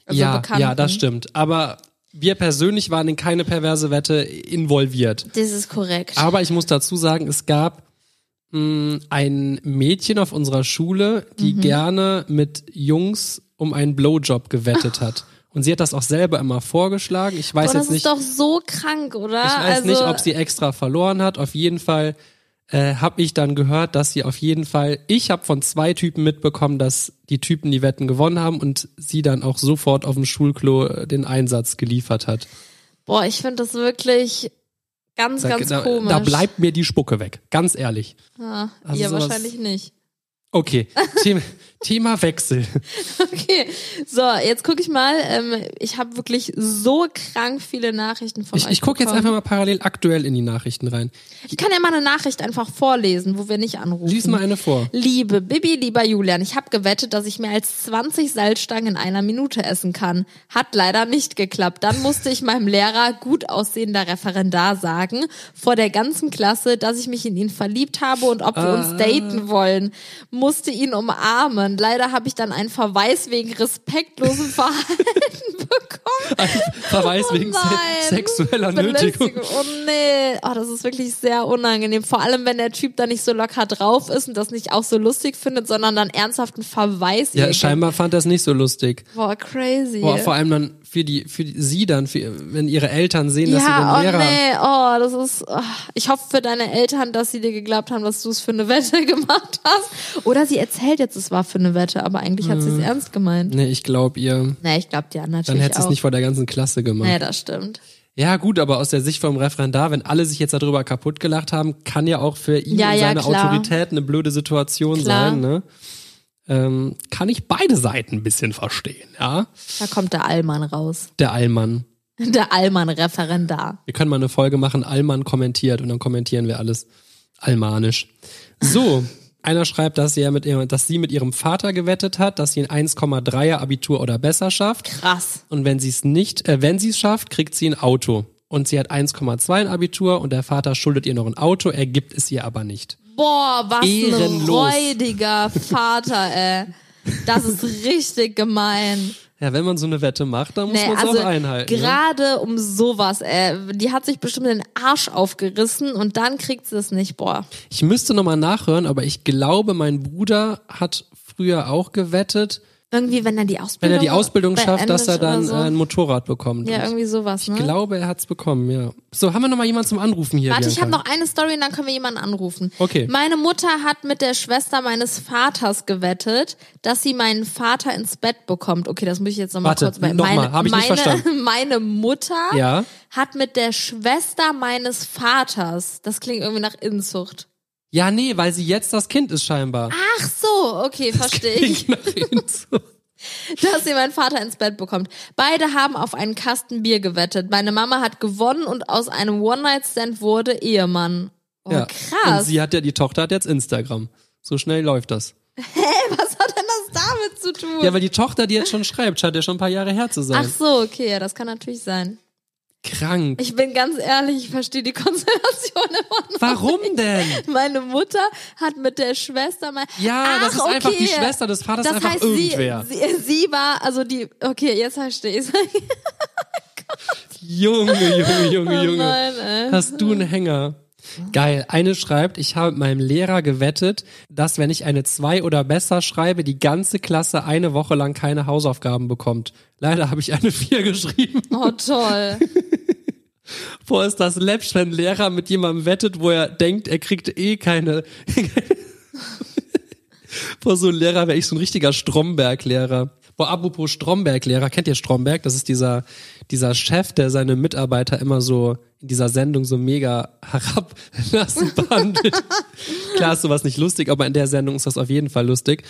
[SPEAKER 1] Also
[SPEAKER 2] ja,
[SPEAKER 1] Bekannten.
[SPEAKER 2] ja, das stimmt. Aber wir persönlich waren in keine perverse Wette involviert.
[SPEAKER 1] Das ist korrekt.
[SPEAKER 2] Aber ich muss dazu sagen, es gab mh, ein Mädchen auf unserer Schule, die
[SPEAKER 1] Mhm.
[SPEAKER 2] gerne mit Jungs um einen Blowjob gewettet hat. Und sie hat das auch selber immer vorgeschlagen. Ich weiß
[SPEAKER 1] Boah, das
[SPEAKER 2] jetzt nicht,
[SPEAKER 1] ist doch so krank, oder?
[SPEAKER 2] ich weiß
[SPEAKER 1] also,
[SPEAKER 2] nicht, ob sie extra verloren hat. Auf jeden Fall äh, habe ich dann gehört, dass sie auf jeden Fall. Ich habe von zwei Typen mitbekommen, dass die Typen die Wetten gewonnen haben und sie dann auch sofort auf dem Schulklo äh, den Einsatz geliefert hat.
[SPEAKER 1] Boah, ich finde das wirklich ganz,
[SPEAKER 2] Da,
[SPEAKER 1] ganz
[SPEAKER 2] da,
[SPEAKER 1] komisch.
[SPEAKER 2] da bleibt mir die Spucke weg, ganz ehrlich.
[SPEAKER 1] Ja,
[SPEAKER 2] Also
[SPEAKER 1] ihr
[SPEAKER 2] sowas-
[SPEAKER 1] wahrscheinlich nicht.
[SPEAKER 2] Okay, Thema, Thema Wechsel.
[SPEAKER 1] Oh, Okay, so, jetzt gucke ich mal. Ähm, ich habe wirklich so krank viele Nachrichten von
[SPEAKER 2] Ich,
[SPEAKER 1] euch
[SPEAKER 2] ich gucke jetzt
[SPEAKER 1] bekommen.
[SPEAKER 2] einfach mal parallel aktuell in die Nachrichten rein.
[SPEAKER 1] Ich kann ja mal eine Nachricht einfach vorlesen, wo wir nicht anrufen.
[SPEAKER 2] Lies mal eine vor.
[SPEAKER 1] Liebe Bibi, lieber Julian, ich habe gewettet, dass ich mehr als 20 Salzstangen in einer Minute essen kann. Hat leider nicht geklappt. Dann musste ich meinem Lehrer, gut aussehender Referendar, sagen, vor der ganzen Klasse, dass ich mich in ihn verliebt habe und ob wir uns
[SPEAKER 2] Ah.
[SPEAKER 1] daten wollen. Musste ihn umarmen. Leider habe ich dann einen Verweis wegen respektlosem Verhalten bekommen.
[SPEAKER 2] Verweis
[SPEAKER 1] Oh
[SPEAKER 2] wegen se
[SPEAKER 1] nein.
[SPEAKER 2] sexueller Nötigung.
[SPEAKER 1] Belästigung. Oh nee. Oh, das ist wirklich sehr unangenehm. Vor allem, wenn der Typ da nicht so locker drauf ist und das nicht auch so lustig findet, sondern dann ernsthaften Verweis. ihr
[SPEAKER 2] Ja,
[SPEAKER 1] gibt.
[SPEAKER 2] scheinbar fand das nicht so lustig.
[SPEAKER 1] Boah, crazy.
[SPEAKER 2] Boah, vor allem dann für die, für die, sie dann, für, wenn ihre Eltern sehen, dass sie
[SPEAKER 1] ja,
[SPEAKER 2] den
[SPEAKER 1] oh
[SPEAKER 2] Lehrer.
[SPEAKER 1] nee, oh, das ist. Oh. Ich hoffe für deine Eltern, dass sie dir geglaubt haben, dass du es für eine Wette gemacht hast. Oder sie erzählt jetzt, es war für eine Wette, aber eigentlich hat sie es ernst gemeint.
[SPEAKER 2] Nee, ich glaube ihr,
[SPEAKER 1] Nee, ich glaube dir natürlich
[SPEAKER 2] Mhm. dann hätte sie
[SPEAKER 1] auch.
[SPEAKER 2] es nicht vor der ganzen Klasse gemacht.
[SPEAKER 1] nee, das stimmt.
[SPEAKER 2] Ja, gut, aber aus der Sicht vom Referendar, wenn alle sich jetzt darüber kaputt gelacht haben, kann ja auch für ihn
[SPEAKER 1] Ja,
[SPEAKER 2] und
[SPEAKER 1] ja,
[SPEAKER 2] seine
[SPEAKER 1] klar.
[SPEAKER 2] Autorität eine blöde Situation
[SPEAKER 1] Klar.
[SPEAKER 2] sein, ne? Ähm, kann ich beide Seiten ein bisschen verstehen, ja?
[SPEAKER 1] Da kommt der Allmann raus.
[SPEAKER 2] Der Allmann.
[SPEAKER 1] Der Allmann-Referendar.
[SPEAKER 2] Wir können mal eine Folge machen, Allmann kommentiert und dann kommentieren wir alles almanisch. So, einer schreibt, dass sie, ja mit ihrem, dass sie mit ihrem Vater gewettet hat, dass sie ein 1,3er Abitur oder besser schafft.
[SPEAKER 1] Krass.
[SPEAKER 2] Und wenn sie es nicht, äh, wenn sie es schafft, kriegt sie ein Auto. Und sie hat 1,2 ein Abitur und der Vater schuldet ihr noch ein Auto, er gibt es ihr aber nicht.
[SPEAKER 1] Boah, was
[SPEAKER 2] Ehrenlos.
[SPEAKER 1] ein räudiger Vater, ey. Das ist richtig gemein. also
[SPEAKER 2] Ja, wenn man so eine Wette macht, dann muss man es auch einhalten. Ne?
[SPEAKER 1] gerade um sowas, äh, die hat sich bestimmt den Arsch aufgerissen und dann kriegt sie es nicht. Boah,
[SPEAKER 2] Ich müsste nochmal nachhören, aber ich glaube, mein Bruder hat früher auch gewettet,
[SPEAKER 1] irgendwie, wenn er die
[SPEAKER 2] wenn
[SPEAKER 1] Ausbildung,
[SPEAKER 2] er die Ausbildung schafft, dass er
[SPEAKER 1] beendet
[SPEAKER 2] dann
[SPEAKER 1] Genau, oder so.
[SPEAKER 2] äh, ein Motorrad bekommt.
[SPEAKER 1] ja, irgendwie sowas,
[SPEAKER 2] ich
[SPEAKER 1] ne?
[SPEAKER 2] glaube, er hat's bekommen, ja. So, haben wir nochmal jemanden zum Anrufen hier?
[SPEAKER 1] Warte, ich habe
[SPEAKER 2] Bianca?
[SPEAKER 1] noch eine Story und dann können wir jemanden anrufen.
[SPEAKER 2] Okay.
[SPEAKER 1] Meine Mutter hat mit der Schwester meines Vaters gewettet, dass sie meinen Vater ins Bett bekommt. Okay, das muss ich jetzt nochmal
[SPEAKER 2] Warte,
[SPEAKER 1] kurz bei
[SPEAKER 2] noch mal,
[SPEAKER 1] meine,
[SPEAKER 2] hab ich nicht
[SPEAKER 1] meine,
[SPEAKER 2] verstanden.
[SPEAKER 1] meine Mutter
[SPEAKER 2] Ja.
[SPEAKER 1] hat mit der Schwester meines Vaters. Das klingt irgendwie nach Inzucht.
[SPEAKER 2] Ja, nee, weil sie jetzt das Kind ist scheinbar.
[SPEAKER 1] Ach so, okay, Ah, verstehe ich.
[SPEAKER 2] Nach Inzucht.
[SPEAKER 1] dass sie meinen Vater ins Bett bekommt. Beide haben auf einen Kasten Bier gewettet. Meine Mama hat gewonnen und aus einem One-Night-Stand wurde Ehemann. Oh,
[SPEAKER 2] ja. Und
[SPEAKER 1] krass.
[SPEAKER 2] sie hat ja, die Tochter hat jetzt Instagram. So schnell läuft das.
[SPEAKER 1] Was hat denn das damit zu tun?
[SPEAKER 2] Ja, weil die Tochter, die jetzt schon schreibt, scheint ja schon ein paar Jahre her zu sein.
[SPEAKER 1] Ach so, okay, ja, das kann natürlich sein.
[SPEAKER 2] Krank.
[SPEAKER 1] Ich bin ganz ehrlich, ich verstehe die Konstellation immer noch.
[SPEAKER 2] Warum denn?
[SPEAKER 1] Meine Mutter hat mit der Schwester mein.
[SPEAKER 2] Ja,
[SPEAKER 1] Ach,
[SPEAKER 2] das ist einfach
[SPEAKER 1] okay.
[SPEAKER 2] die Schwester des Vaters,
[SPEAKER 1] Das
[SPEAKER 2] einfach
[SPEAKER 1] heißt, sie,
[SPEAKER 2] irgendwer.
[SPEAKER 1] sie, sie war, also die, okay, jetzt verstehe ich
[SPEAKER 2] Junge, Junge, Junge,
[SPEAKER 1] Oh
[SPEAKER 2] Junge.
[SPEAKER 1] nein, ey.
[SPEAKER 2] Hast du einen Hänger? Geil. Eine schreibt, ich habe mit meinem Lehrer gewettet, dass wenn ich eine 2 oder besser schreibe, die ganze Klasse eine Woche lang keine Hausaufgaben bekommt. Leider habe ich eine 4 geschrieben.
[SPEAKER 1] Oh, toll.
[SPEAKER 2] Boah, ist das läppsch, wenn ein Lehrer mit jemandem wettet, wo er denkt, er kriegt eh keine... Boah, so ein Lehrer wäre ich so ein richtiger Stromberg-Lehrer. Boah, apropos Stromberg-Lehrer, kennt ihr Stromberg? Das ist dieser, dieser Chef, der seine Mitarbeiter immer so in dieser Sendung so mega herablassen behandelt. Klar ist sowas nicht lustig, aber in der Sendung ist das auf jeden Fall lustig.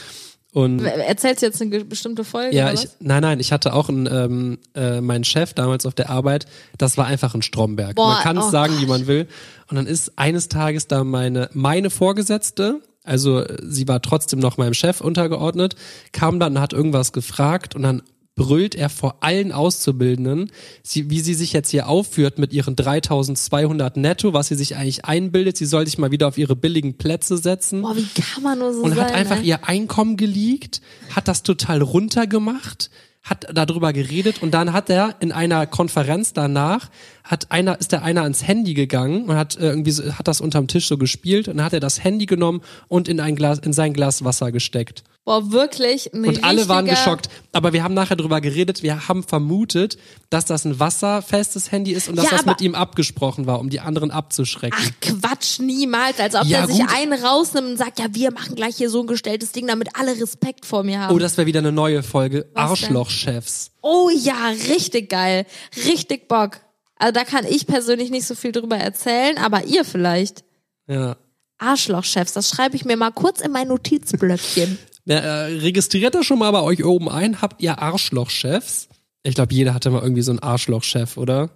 [SPEAKER 2] Und
[SPEAKER 1] Erzählst du jetzt eine ge- bestimmte Folge?
[SPEAKER 2] ja,
[SPEAKER 1] oder
[SPEAKER 2] ich,
[SPEAKER 1] was?
[SPEAKER 2] nein, nein, ich hatte auch einen, ähm, äh, meinen Chef damals auf der Arbeit, das war einfach ein Stromberg.
[SPEAKER 1] Boah,
[SPEAKER 2] man kann es
[SPEAKER 1] oh
[SPEAKER 2] sagen, wie man will. Und dann ist eines Tages da meine, meine Vorgesetzte, also äh, sie war trotzdem noch meinem Chef untergeordnet, kam dann und hat irgendwas gefragt und dann brüllt er vor allen Auszubildenden, sie, wie sie sich jetzt hier aufführt mit ihren 3200 netto, was sie sich eigentlich einbildet, sie soll sich mal wieder auf ihre billigen Plätze setzen
[SPEAKER 1] Boah, wie kann man nur so
[SPEAKER 2] und
[SPEAKER 1] sein? ne?
[SPEAKER 2] hat einfach
[SPEAKER 1] ey?
[SPEAKER 2] ihr Einkommen geleakt, hat das total runtergemacht, hat darüber geredet und dann hat er in einer Konferenz danach hat einer ist der einer ans Handy gegangen und hat äh, irgendwie so, hat das unterm Tisch so gespielt und dann hat er das Handy genommen und in ein Glas in sein Glas Wasser gesteckt
[SPEAKER 1] Boah, wirklich ein
[SPEAKER 2] und alle waren
[SPEAKER 1] richtiger-
[SPEAKER 2] geschockt, aber wir haben nachher darüber geredet, wir haben vermutet, dass das ein wasserfestes Handy ist und dass
[SPEAKER 1] Ja,
[SPEAKER 2] das
[SPEAKER 1] aber-
[SPEAKER 2] mit ihm abgesprochen war, um die anderen abzuschrecken.
[SPEAKER 1] Ach Quatsch, niemals. Als ob
[SPEAKER 2] Ja,
[SPEAKER 1] der sich
[SPEAKER 2] gut.
[SPEAKER 1] einen rausnimmt und sagt, ja, wir machen gleich hier so ein gestelltes Ding, damit alle Respekt vor mir haben.
[SPEAKER 2] Oh, das wäre wieder eine neue Folge
[SPEAKER 1] Was denn?
[SPEAKER 2] Arschlochchefs.
[SPEAKER 1] Oh ja, richtig geil. Richtig Bock. Also da kann ich persönlich nicht so viel drüber erzählen, aber ihr vielleicht.
[SPEAKER 2] Ja.
[SPEAKER 1] Arschlochchefs, das schreibe ich mir mal kurz in mein Notizblöckchen.
[SPEAKER 2] Ja, äh, registriert das schon mal bei euch oben ein? Habt ihr Arschlochchefs? Ich glaube, jeder hatte mal irgendwie so einen Arschlochchef, oder?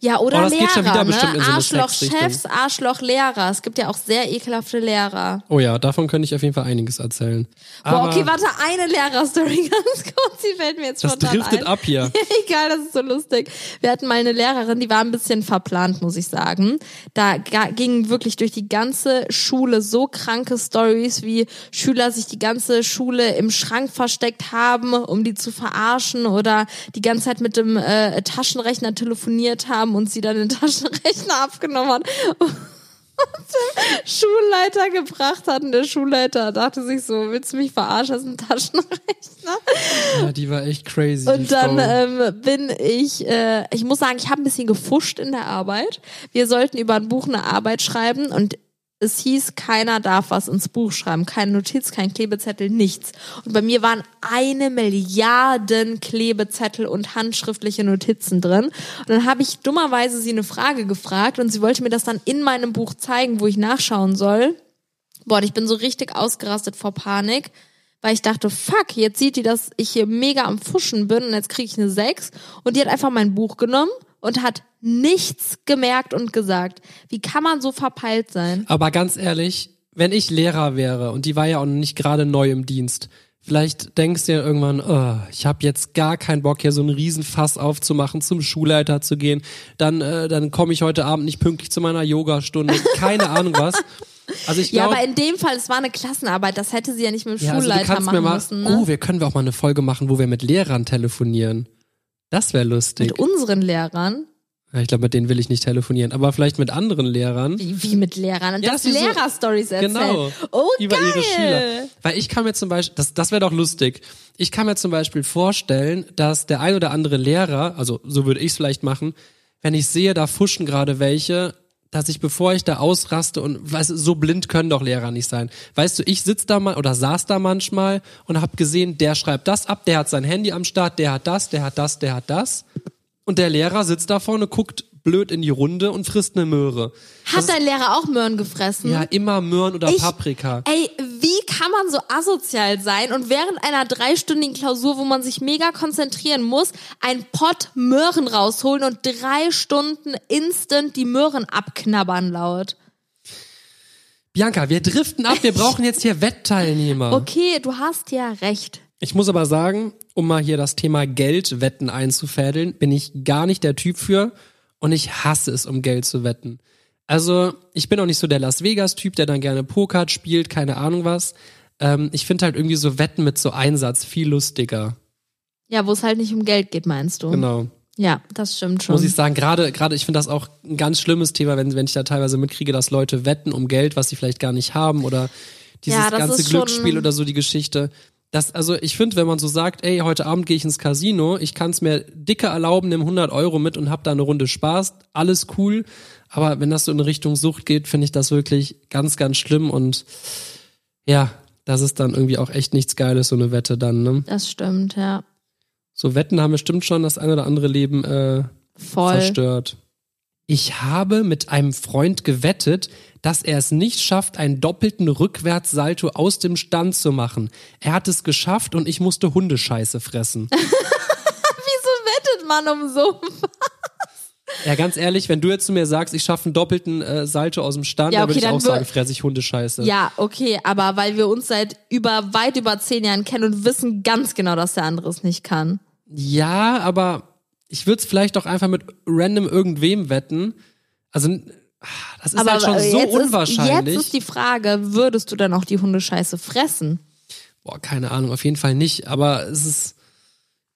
[SPEAKER 1] Ja, oder
[SPEAKER 2] Oh, das
[SPEAKER 1] Lehrer,
[SPEAKER 2] geht schon wieder
[SPEAKER 1] ne?
[SPEAKER 2] bestimmt in so eine
[SPEAKER 1] Arschlochchefs,
[SPEAKER 2] Sexrichtung.
[SPEAKER 1] Arschlochlehrer. Es gibt ja auch sehr ekelhafte Lehrer.
[SPEAKER 2] Oh ja, davon könnte ich auf jeden Fall einiges erzählen.
[SPEAKER 1] Boah,
[SPEAKER 2] Aber
[SPEAKER 1] okay, warte, eine Lehrerstory ganz kurz, die fällt mir jetzt
[SPEAKER 2] das
[SPEAKER 1] spontan
[SPEAKER 2] driftet
[SPEAKER 1] ein.
[SPEAKER 2] ab hier.
[SPEAKER 1] Egal, das ist so lustig. Wir hatten mal eine Lehrerin, die war ein bisschen verplant, muss ich sagen. Da ga- gingen wirklich durch die ganze Schule so kranke Stories, wie Schüler sich die ganze Schule im Schrank versteckt haben, um die zu verarschen oder die ganze Zeit mit dem äh, Taschenrechner telefoniert haben und sie dann den Taschenrechner abgenommen hat. und zum Schulleiter gebracht hat und der Schulleiter dachte sich so, willst du mich verarschen, das ist ein Taschenrechner?
[SPEAKER 2] Ja, die war echt crazy. die
[SPEAKER 1] Und dann
[SPEAKER 2] Frau.
[SPEAKER 1] ähm, bin ich, äh, ich muss sagen, ich habe ein bisschen gefuscht in der Arbeit. Wir sollten über ein Buch eine Arbeit schreiben und es hieß, keiner darf was ins Buch schreiben. Keine Notiz, kein Klebezettel, nichts. Und bei mir waren eine Milliarden Klebezettel und handschriftliche Notizen drin. Und dann habe ich dummerweise sie eine Frage gefragt und sie wollte mir das dann in meinem Buch zeigen, wo ich nachschauen soll. Boah, und ich bin so richtig ausgerastet vor Panik, weil ich dachte, fuck, jetzt sieht die, dass ich hier mega am Fuschen bin und jetzt kriege ich eine 6. Und die hat einfach mein Buch genommen und hat nichts gemerkt und gesagt. Wie kann man so verpeilt sein?
[SPEAKER 2] Aber ganz ehrlich, wenn ich Lehrer wäre und die war ja auch nicht gerade neu im Dienst, vielleicht denkst du ja irgendwann, oh, ich habe jetzt gar keinen Bock, hier so einen Riesenfass aufzumachen, zum Schulleiter zu gehen, dann, äh, dann komme ich heute Abend nicht pünktlich zu meiner Yogastunde, keine Ahnung was. Also ich
[SPEAKER 1] Ja,
[SPEAKER 2] glaube,
[SPEAKER 1] aber in dem Fall, es war eine Klassenarbeit, das hätte sie ja nicht mit dem
[SPEAKER 2] ja, also du
[SPEAKER 1] Schulleiter
[SPEAKER 2] kannst mir
[SPEAKER 1] machen
[SPEAKER 2] mal,
[SPEAKER 1] müssen. Ne?
[SPEAKER 2] oh, wir können auch mal eine Folge machen, wo wir mit Lehrern telefonieren. Das wäre lustig.
[SPEAKER 1] mit unseren Lehrern?
[SPEAKER 2] Ja, ich glaube, mit denen will ich nicht telefonieren, aber vielleicht mit anderen Lehrern.
[SPEAKER 1] Wie, wie mit Lehrern? Und
[SPEAKER 2] Ja,
[SPEAKER 1] dass
[SPEAKER 2] dass die so-
[SPEAKER 1] Lehrer-Stories erzählen.
[SPEAKER 2] Genau.
[SPEAKER 1] Oh,
[SPEAKER 2] über
[SPEAKER 1] geil.
[SPEAKER 2] ihre Schüler. Weil ich kann mir zum Beispiel, das, das wäre doch lustig. Ich kann mir zum Beispiel vorstellen, dass der ein oder andere Lehrer, also so würde ich es vielleicht machen, wenn ich sehe, da fuschen gerade welche, dass ich, bevor ich da ausraste und weißt du, so blind können doch Lehrer nicht sein. Weißt du, ich sitz da mal oder saß da manchmal und habe gesehen, der schreibt das ab, der hat sein Handy am Start, der hat das, der hat das, der hat das. Und der Lehrer sitzt da vorne, guckt blöd in die Runde und frisst eine Möhre.
[SPEAKER 1] Hat dein Lehrer auch Möhren gefressen?
[SPEAKER 2] Ja, immer Möhren oder
[SPEAKER 1] Mhm. Ich-
[SPEAKER 2] Paprika.
[SPEAKER 1] Ey, wie kann man so asozial sein und während einer dreistündigen Klausur, wo man sich mega konzentrieren muss, einen Pott Möhren rausholen und drei Stunden instant die Möhren abknabbern laut?
[SPEAKER 2] Bianca, wir driften ab, wir brauchen jetzt hier Wettteilnehmer.
[SPEAKER 1] Okay, du hast ja recht.
[SPEAKER 2] Ich muss aber sagen, um mal hier das Thema Geldwetten einzufädeln, bin ich gar nicht der Typ für und ich hasse es, um Geld zu wetten. Also, ich bin auch nicht so der Las Vegas-Typ, der dann gerne Poker spielt, keine Ahnung was. Ähm, ich finde halt irgendwie so Wetten mit so Einsatz viel lustiger.
[SPEAKER 1] Ja, wo es halt nicht um Geld geht, meinst du?
[SPEAKER 2] Genau.
[SPEAKER 1] Ja, das stimmt schon.
[SPEAKER 2] Muss ich sagen, gerade, gerade, ich finde das auch ein ganz schlimmes Thema, wenn, wenn ich da teilweise mitkriege, dass Leute wetten um Geld, was sie vielleicht gar nicht haben oder dieses
[SPEAKER 1] Ja, das
[SPEAKER 2] ganze
[SPEAKER 1] ist schon-
[SPEAKER 2] Glücksspiel oder so die Geschichte. Das, also ich finde, wenn man so sagt, ey, heute Abend gehe ich ins Casino, ich kann es mir dicke erlauben, nehme 100 Euro mit und hab da eine Runde Spaß, alles cool. Aber wenn das so in Richtung Sucht geht, finde ich das wirklich ganz, ganz schlimm und ja, das ist dann irgendwie auch echt nichts Geiles, so eine Wette dann, ne?
[SPEAKER 1] das stimmt, ja.
[SPEAKER 2] So Wetten haben bestimmt schon das ein oder andere Leben äh,
[SPEAKER 1] Voll.
[SPEAKER 2] zerstört. Ich habe mit einem Freund gewettet, dass er es nicht schafft, einen doppelten Rückwärtssalto aus dem Stand zu machen. Er hat es geschafft und ich musste Hundescheiße fressen.
[SPEAKER 1] Wieso wettet man um so?
[SPEAKER 2] ja, ganz ehrlich, wenn du jetzt zu mir sagst, ich schaffe einen doppelten äh, Salto aus dem Stand,
[SPEAKER 1] Ja,
[SPEAKER 2] dann würde
[SPEAKER 1] okay,
[SPEAKER 2] ich
[SPEAKER 1] dann
[SPEAKER 2] auch sagen,
[SPEAKER 1] wür-
[SPEAKER 2] fresse ich Hundescheiße.
[SPEAKER 1] Ja, okay, aber weil wir uns seit über weit über zehn Jahren kennen und wissen ganz genau, dass der andere es nicht kann.
[SPEAKER 2] Ja, aber ich würde es vielleicht doch einfach mit random irgendwem wetten. Also, n- ah, das ist halt schon
[SPEAKER 1] äh,
[SPEAKER 2] so
[SPEAKER 1] jetzt Ist,
[SPEAKER 2] unwahrscheinlich.
[SPEAKER 1] jetzt ist die Frage, würdest du dann auch die Hundescheiße fressen?
[SPEAKER 2] Boah, keine Ahnung, auf jeden Fall nicht. Aber es ist.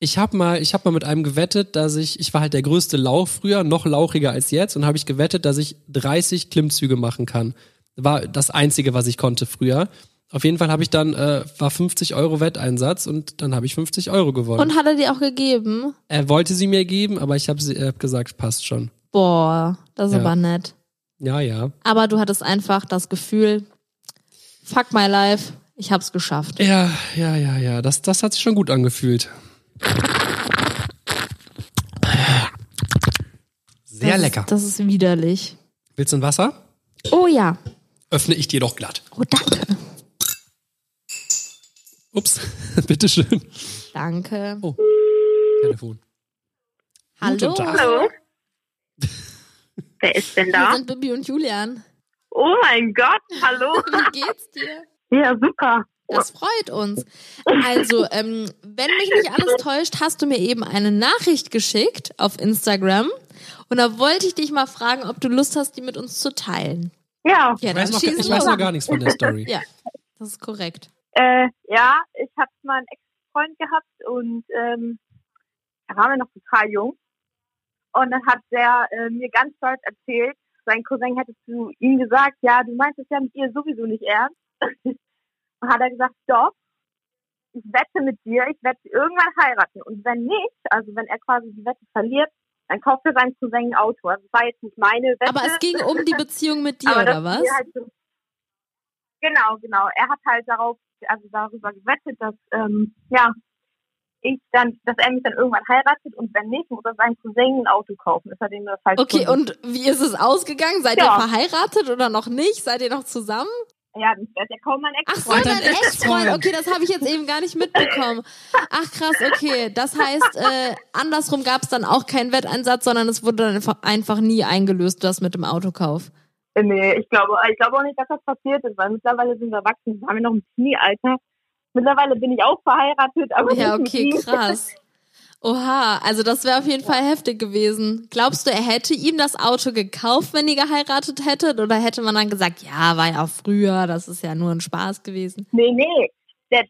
[SPEAKER 2] Ich habe mal, ich hab mal mit einem gewettet, dass ich, ich war halt der größte Lauch früher, noch lauchiger als jetzt, und habe ich gewettet, dass ich 30 Klimmzüge machen kann. War das Einzige, was ich konnte früher. Auf jeden Fall habe ich dann, äh, war 50 Euro Wetteinsatz und dann habe ich 50 Euro gewonnen.
[SPEAKER 1] Und hat er dir auch gegeben?
[SPEAKER 2] er wollte sie mir geben, aber ich habe hab gesagt, passt schon.
[SPEAKER 1] Boah, das ist
[SPEAKER 2] Ja.
[SPEAKER 1] aber nett.
[SPEAKER 2] Ja, ja.
[SPEAKER 1] Aber du hattest einfach das Gefühl, fuck my life, ich hab's geschafft.
[SPEAKER 2] Ja, ja, ja, ja. Das, das hat sich schon gut angefühlt. Sehr
[SPEAKER 1] das
[SPEAKER 2] lecker.
[SPEAKER 1] Ist, das ist widerlich.
[SPEAKER 2] Willst du ein Wasser?
[SPEAKER 1] Oh ja.
[SPEAKER 2] öffne ich dir doch glatt.
[SPEAKER 1] Oh, danke.
[SPEAKER 2] Ups, bitteschön.
[SPEAKER 1] Danke.
[SPEAKER 2] Oh. Telefon.
[SPEAKER 1] Hallo.
[SPEAKER 2] Guten Tag.
[SPEAKER 5] Hallo? Wer ist denn
[SPEAKER 1] Hier
[SPEAKER 5] da?
[SPEAKER 1] sind Bibi und Julian.
[SPEAKER 5] Oh mein Gott, hallo?
[SPEAKER 1] Wie geht's dir?
[SPEAKER 5] Ja, super.
[SPEAKER 1] Das freut uns. Also, ähm, wenn mich nicht alles täuscht, hast du mir eben eine Nachricht geschickt auf Instagram. Und da wollte ich dich mal fragen, ob du Lust hast, die mit uns zu teilen.
[SPEAKER 5] Ja,
[SPEAKER 1] Ja,
[SPEAKER 2] Ich
[SPEAKER 1] dann
[SPEAKER 2] weiß, noch,
[SPEAKER 1] schieß
[SPEAKER 2] ich weiß
[SPEAKER 1] los.
[SPEAKER 2] noch gar nichts von der Story.
[SPEAKER 1] Ja, das ist korrekt.
[SPEAKER 5] äh, ja, ich habe mal einen Ex-Freund gehabt und ähm, da waren wir noch total jung. Und dann hat der äh, mir ganz stolz erzählt, sein Cousin hätte zu ihm gesagt, ja, du meinst es ja mit ihr sowieso nicht ernst. und hat er gesagt, doch, ich wette mit dir, ich werde sie irgendwann heiraten. Und wenn nicht, also wenn er quasi die Wette verliert, dann kauft er seinem Cousin ein Auto. Also das war jetzt nicht meine Wette.
[SPEAKER 1] Aber es ging um die Beziehung mit dir,
[SPEAKER 5] Aber das
[SPEAKER 1] oder was?
[SPEAKER 5] ist mir halt so- genau, genau. Er hat halt darauf, also darüber gewettet, dass ähm, ja ich dann, dass er mich dann irgendwann heiratet und wenn nicht, muss er seinen Cousin ein Auto kaufen. Ist er dem das halt
[SPEAKER 1] Okay,
[SPEAKER 5] schuldig.
[SPEAKER 1] und wie ist es ausgegangen? Seid
[SPEAKER 5] Ja.
[SPEAKER 1] ihr verheiratet oder noch nicht? Seid ihr noch zusammen?
[SPEAKER 5] ja, das ist ja kaum mein
[SPEAKER 1] Ach so,
[SPEAKER 5] Ex-Freund.
[SPEAKER 2] Freund,
[SPEAKER 1] dein
[SPEAKER 2] dein
[SPEAKER 1] Ex-Freund.
[SPEAKER 2] Ex-Freund.
[SPEAKER 1] Okay, das habe ich jetzt eben gar nicht mitbekommen. Ach krass, okay. Das heißt, äh, andersrum gab es dann auch keinen Wetteinsatz, sondern es wurde dann einfach- einfach nie eingelöst, das mit dem Autokauf.
[SPEAKER 5] Äh, Nee, ich glaube, ich glaube auch nicht, dass das passiert ist, weil mittlerweile sind wir erwachsen, wir haben ja noch ein Teenie-Alter. Mittlerweile bin ich auch verheiratet, aber
[SPEAKER 1] Ja,
[SPEAKER 5] nicht mit
[SPEAKER 1] okay,
[SPEAKER 5] ihm.
[SPEAKER 1] krass. Oha, also das wäre auf jeden Fall heftig gewesen. Glaubst du, er hätte ihm das Auto gekauft, wenn ihr geheiratet hättet? Oder hätte man dann gesagt, ja, war ja früher, das ist ja nur ein Spaß gewesen?
[SPEAKER 6] Nee, nee. Der,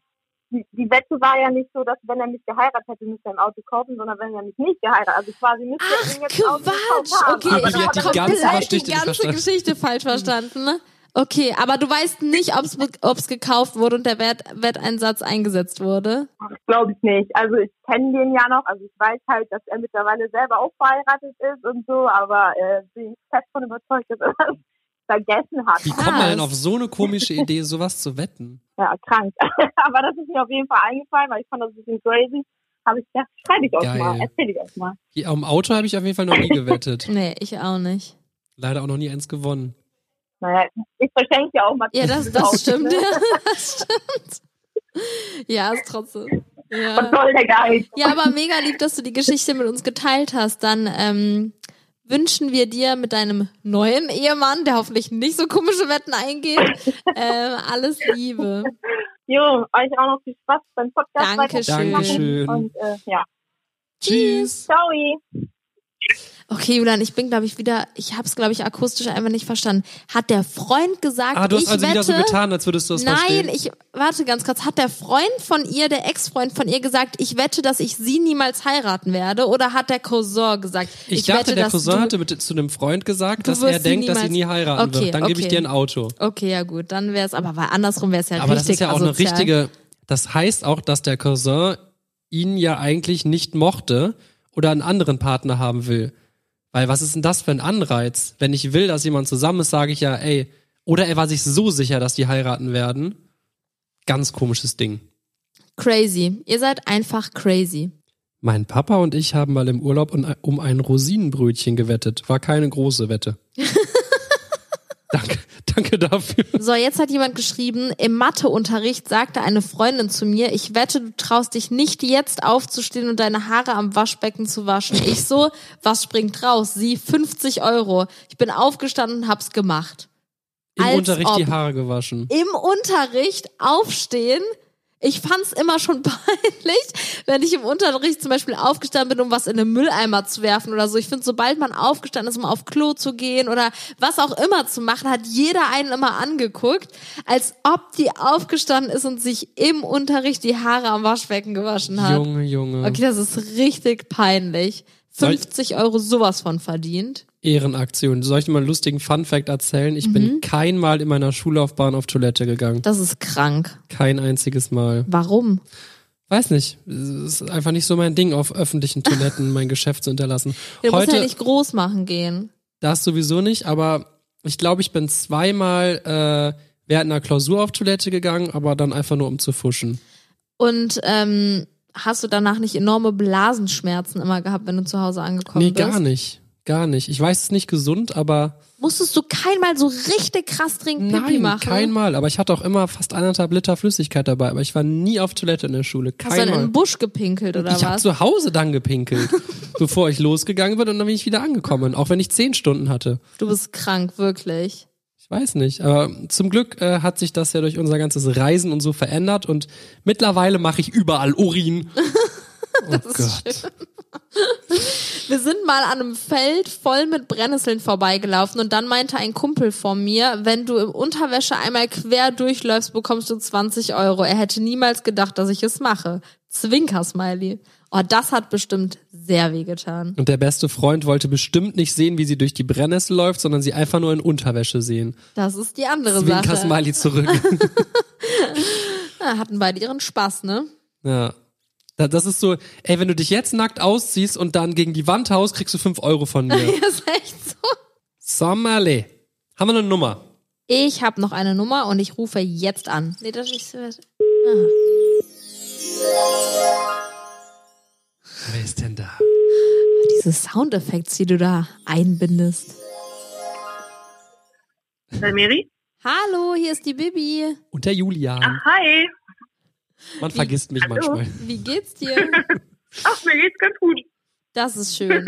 [SPEAKER 6] die, die Wette war ja nicht so, dass wenn er mich geheiratet hätte, müsste er ein Auto kaufen, sondern wenn er mich nicht geheiratet Also quasi müsste er ihm jetzt ein Auto gekauft
[SPEAKER 1] Quatsch!
[SPEAKER 6] haben.
[SPEAKER 1] Okay,
[SPEAKER 2] Aber
[SPEAKER 1] ich
[SPEAKER 2] die hat die
[SPEAKER 1] habe
[SPEAKER 2] ganze
[SPEAKER 1] komplett die
[SPEAKER 2] Geschichte nicht
[SPEAKER 1] ganze
[SPEAKER 2] verstanden.
[SPEAKER 1] Geschichte falsch verstanden. ne? Okay, aber du weißt nicht, ob es gekauft wurde und der Wett Wetteinsatz eingesetzt wurde.
[SPEAKER 6] Glaube ich nicht. Also ich kenne den ja noch. Also ich weiß halt, dass er mittlerweile selber auch verheiratet ist und so, aber äh, bin ich fest von überzeugt, dass er das vergessen hat.
[SPEAKER 2] Wie kommt man denn auf so eine komische Idee, sowas zu wetten?
[SPEAKER 6] Ja, krank. aber das ist mir auf jeden Fall eingefallen, weil ich fand das ein bisschen crazy. Habe ich gedacht, schreibe ich euch
[SPEAKER 2] Geil.
[SPEAKER 6] mal, erzähle ich euch mal.
[SPEAKER 2] Hier, am Auto habe ich auf jeden Fall noch nie gewettet.
[SPEAKER 1] Nee, ich auch nicht.
[SPEAKER 2] Leider auch noch nie eins gewonnen.
[SPEAKER 6] Naja, ich verschenke ja auch ne? mal.
[SPEAKER 1] Ja, das, das stimmt. Ja, das stimmt. Ja, ist trotzdem.
[SPEAKER 6] Was
[SPEAKER 1] Ja.
[SPEAKER 6] soll der Geist?
[SPEAKER 1] ja, aber mega lieb, dass du die Geschichte mit uns geteilt hast. Dann ähm, wünschen wir dir mit deinem neuen Ehemann, der hoffentlich nicht so komische Wetten eingeht, ähm, alles Liebe.
[SPEAKER 6] Jo, euch auch noch viel Spaß beim Podcast.
[SPEAKER 1] Dankeschön.
[SPEAKER 2] Dankeschön.
[SPEAKER 6] Und äh, ja,
[SPEAKER 2] Tschüss.
[SPEAKER 6] ciao.
[SPEAKER 1] Okay, Julian, ich bin, glaube ich, wieder, ich habe es, glaube ich, akustisch einfach nicht verstanden. Hat der Freund gesagt,
[SPEAKER 2] Ah, du hast
[SPEAKER 1] ich
[SPEAKER 2] also
[SPEAKER 1] wette,
[SPEAKER 2] wieder so getan, als würdest du das verstehen.
[SPEAKER 1] Nein, ich warte ganz kurz. Hat der Freund von ihr, der Ex-Freund von ihr gesagt, ich wette, dass ich sie niemals heiraten werde? Oder hat der Cousin gesagt, ich,
[SPEAKER 2] Ich, dachte,
[SPEAKER 1] wette,
[SPEAKER 2] der
[SPEAKER 1] dass
[SPEAKER 2] Cousin
[SPEAKER 1] du...
[SPEAKER 2] hatte mit, zu einem Freund gesagt,
[SPEAKER 1] Du
[SPEAKER 2] dass er
[SPEAKER 1] wirst sie
[SPEAKER 2] denkt, dass sie nie
[SPEAKER 1] niemals-
[SPEAKER 2] heiraten
[SPEAKER 1] Okay,
[SPEAKER 2] wird. Dann gebe ich
[SPEAKER 1] okay.
[SPEAKER 2] dir ein Auto.
[SPEAKER 1] Okay, ja gut, dann wäre es aber weil andersrum wäre es ja
[SPEAKER 2] Aber das
[SPEAKER 1] richtig
[SPEAKER 2] ist ja auch
[SPEAKER 1] asozial.
[SPEAKER 2] eine richtige. Das heißt auch, dass der Cousin ihn ja eigentlich nicht mochte oder einen anderen Partner haben will. Weil was ist denn das für ein Anreiz? Wenn ich will, dass jemand zusammen ist, sage ich ja, ey. Oder er war sich so sicher, dass die heiraten werden. Ganz komisches Ding.
[SPEAKER 1] Crazy. Ihr seid einfach crazy.
[SPEAKER 2] Mein Papa und ich haben mal im Urlaub un- um ein Rosinenbrötchen gewettet. War keine große Wette. danke, danke dafür.
[SPEAKER 1] So, jetzt hat jemand geschrieben, im Matheunterricht sagte eine Freundin zu mir, ich wette, du traust dich nicht jetzt aufzustehen und deine Haare am Waschbecken zu waschen. Ich so, was springt raus? Sie, 50 Euro. Ich bin aufgestanden und hab's gemacht.
[SPEAKER 2] Im
[SPEAKER 1] Als
[SPEAKER 2] Unterricht die
[SPEAKER 1] ob.
[SPEAKER 2] Haare gewaschen.
[SPEAKER 1] im Unterricht aufstehen. Ich fand's immer schon peinlich, wenn ich im Unterricht zum Beispiel aufgestanden bin, um was in den Mülleimer zu werfen oder so. Ich finde, sobald man aufgestanden ist, um auf Klo zu gehen oder was auch immer zu machen, hat jeder einen immer angeguckt, als ob die aufgestanden ist und sich im Unterricht die Haare am Waschbecken gewaschen hat.
[SPEAKER 2] Junge, Junge.
[SPEAKER 1] Okay, das ist richtig peinlich. 50 Euro sowas von verdient.
[SPEAKER 2] Ehrenaktion. Soll ich dir mal einen lustigen Funfact erzählen? Ich
[SPEAKER 1] Mhm.
[SPEAKER 2] bin kein Mal in meiner Schullaufbahn auf Toilette gegangen.
[SPEAKER 1] Das ist krank.
[SPEAKER 2] Kein einziges Mal.
[SPEAKER 1] Warum?
[SPEAKER 2] Weiß nicht. Es ist einfach nicht so mein Ding, auf öffentlichen Toiletten mein Geschäft zu hinterlassen.
[SPEAKER 1] Du musst ja
[SPEAKER 2] Heute,
[SPEAKER 1] nicht groß machen gehen.
[SPEAKER 2] das sowieso nicht, aber ich glaube, ich bin zweimal äh, während einer Klausur auf Toilette gegangen, aber dann einfach nur um zu fuschen.
[SPEAKER 1] Und ähm, hast du danach nicht enorme Blasenschmerzen immer gehabt, wenn du zu Hause angekommen
[SPEAKER 2] nee,
[SPEAKER 1] bist?
[SPEAKER 2] gar nicht. Gar nicht. Ich weiß, es ist nicht gesund, aber
[SPEAKER 1] Musstest du keinmal so richtig krass dringend Pipi
[SPEAKER 2] nein,
[SPEAKER 1] machen?
[SPEAKER 2] kein Mal. Aber ich hatte auch immer fast anderthalb Liter Flüssigkeit dabei, aber ich war nie auf Toilette in der Schule.
[SPEAKER 1] Hast du
[SPEAKER 2] Kein
[SPEAKER 1] dann in
[SPEAKER 2] Mal.
[SPEAKER 1] den Busch gepinkelt oder
[SPEAKER 2] ich habe
[SPEAKER 1] was?
[SPEAKER 2] zu Hause dann gepinkelt, bevor ich losgegangen bin und dann bin ich wieder angekommen, auch wenn ich zehn Stunden hatte.
[SPEAKER 1] du bist krank, wirklich.
[SPEAKER 2] Ich weiß nicht, aber zum Glück äh, hat sich das ja durch unser ganzes Reisen und so verändert und mittlerweile mache ich überall Urin. Oh Gott.
[SPEAKER 1] Wir sind mal an einem Feld voll mit Brennnesseln vorbeigelaufen und dann meinte ein Kumpel von mir, wenn du im Unterwäsche einmal quer durchläufst, bekommst du 20 Euro. Er hätte niemals gedacht, dass ich es mache. Zwinker-Smiley. Oh, das hat bestimmt sehr wehgetan.
[SPEAKER 2] Und der beste Freund wollte bestimmt nicht sehen, wie sie durch die Brennnessel läuft, sondern sie einfach nur in Unterwäsche sehen.
[SPEAKER 1] Das ist die andere
[SPEAKER 2] Zwinker
[SPEAKER 1] Sache.
[SPEAKER 2] Smiley zurück.
[SPEAKER 1] Ja, hatten beide ihren Spaß, ne?
[SPEAKER 2] ja. Da- Das ist so, ey, wenn du dich jetzt nackt ausziehst und dann gegen die Wand haust, kriegst du fünf Euro von mir.
[SPEAKER 1] Das ist echt so.
[SPEAKER 2] Sommerle. Haben wir eine Nummer?
[SPEAKER 1] Ich habe noch eine Nummer und ich rufe jetzt an. Nee, das ist. Ah.
[SPEAKER 2] Wer ist denn da?
[SPEAKER 1] Diese Soundeffekte, die du da einbindest.
[SPEAKER 5] Äh, Mary?
[SPEAKER 1] Hallo, hier ist die Bibi.
[SPEAKER 2] Und der Julian.
[SPEAKER 5] Ach, hi.
[SPEAKER 2] Man vergisst mich manchmal.
[SPEAKER 1] Wie geht's dir?
[SPEAKER 5] Ach, mir geht's ganz gut.
[SPEAKER 1] Das ist schön.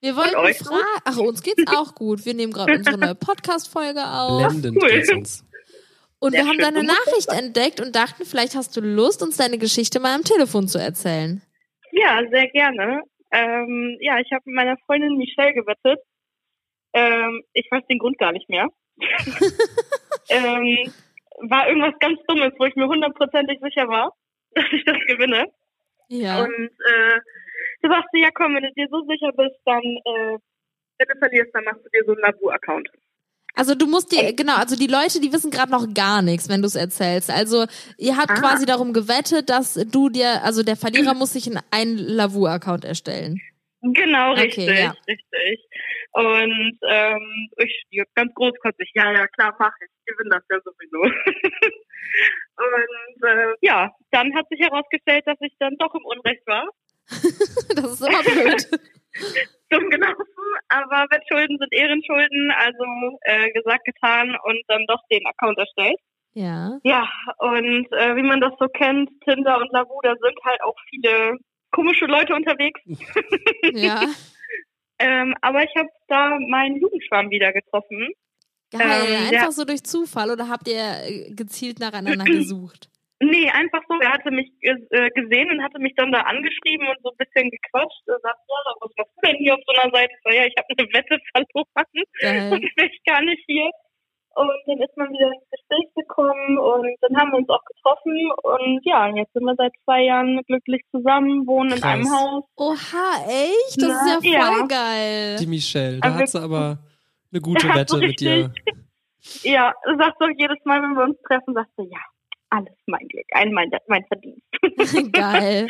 [SPEAKER 1] Wir wollten
[SPEAKER 5] Und euch
[SPEAKER 1] fragen. Ach, uns geht's auch gut. Wir nehmen gerade unsere neue Podcast-Folge auf.
[SPEAKER 2] Blendend
[SPEAKER 5] Oh, cool.
[SPEAKER 2] geht's uns.
[SPEAKER 1] Und wir
[SPEAKER 5] Sehr
[SPEAKER 1] haben
[SPEAKER 5] schön.
[SPEAKER 1] deine Nachricht entdeckt und dachten, vielleicht hast du Lust, uns deine Geschichte mal am Telefon zu erzählen.
[SPEAKER 5] Ja, sehr gerne. Ähm, ja, ich habe mit meiner Freundin Michelle gewettet. Ähm, ich weiß den Grund gar nicht mehr. ähm, war irgendwas ganz Dummes, wo ich mir hundertprozentig sicher war, dass ich das gewinne.
[SPEAKER 1] Ja.
[SPEAKER 5] Und äh, du sagst dir, ja komm, wenn du dir so sicher bist, dann, äh, wenn du verlierst, dann machst du dir so einen Nabu-Account.
[SPEAKER 1] Also du musst
[SPEAKER 5] Äh.
[SPEAKER 1] dir, genau, also die Leute, die wissen gerade noch gar nichts, wenn du es erzählst. Also ihr habt
[SPEAKER 5] Ah.
[SPEAKER 1] quasi darum gewettet, dass du dir, also der Verlierer muss sich einen- einen Lavu-Account erstellen.
[SPEAKER 5] Genau,
[SPEAKER 1] Okay,
[SPEAKER 5] richtig,
[SPEAKER 1] ja.
[SPEAKER 5] richtig. Und ähm, ich stirb ganz großkotzig, ja, ja, klar, mach ich, ich gewinne das ja sowieso. Und äh, ja, dann hat sich herausgestellt, dass ich dann doch im Unrecht war.
[SPEAKER 1] Das ist immer blöd.
[SPEAKER 5] Dumm gelaufen, aber Wettschulden sind Ehrenschulden, also äh, gesagt, getan und dann doch den Account erstellt.
[SPEAKER 1] Ja.
[SPEAKER 5] Ja, und äh, wie man das so kennt, Tinder und Lavu, da sind halt auch viele komische Leute unterwegs.
[SPEAKER 1] Ja.
[SPEAKER 5] Ähm, aber ich habe da meinen Jugendschwarm wieder getroffen.
[SPEAKER 1] Geil.
[SPEAKER 5] Ähm,
[SPEAKER 1] Einfach
[SPEAKER 5] ja.
[SPEAKER 1] so durch Zufall oder habt ihr äh, gezielt nacheinander gesucht?
[SPEAKER 5] Nee, einfach so. Er hatte mich äh, gesehen und hatte mich dann da angeschrieben und so ein bisschen gequatscht. Er sagt, ja, was machst du denn hier auf so einer Seite? Ich sag, Ja, ich habe eine Wette verloren.
[SPEAKER 1] Geil.
[SPEAKER 5] und bin ich gar nicht hier. Und dann ist man wieder ins Gespräch gekommen und dann haben wir uns auch getroffen. Und ja, jetzt sind wir seit zwei Jahren glücklich zusammen, wohnen in
[SPEAKER 2] Krass.
[SPEAKER 5] einem Haus.
[SPEAKER 1] Oha, echt? Das
[SPEAKER 5] Na,
[SPEAKER 1] ist ja voll
[SPEAKER 5] ja.
[SPEAKER 1] geil.
[SPEAKER 2] Die Michelle, da
[SPEAKER 5] Aber
[SPEAKER 2] hat sie aber eine gute
[SPEAKER 5] Ja,
[SPEAKER 2] Wette mit dir.
[SPEAKER 5] Ja, sagst doch jedes Mal, wenn wir uns treffen, sagst du, ja, alles mein Glück, ein mein, mein Verdienst.
[SPEAKER 1] Geil.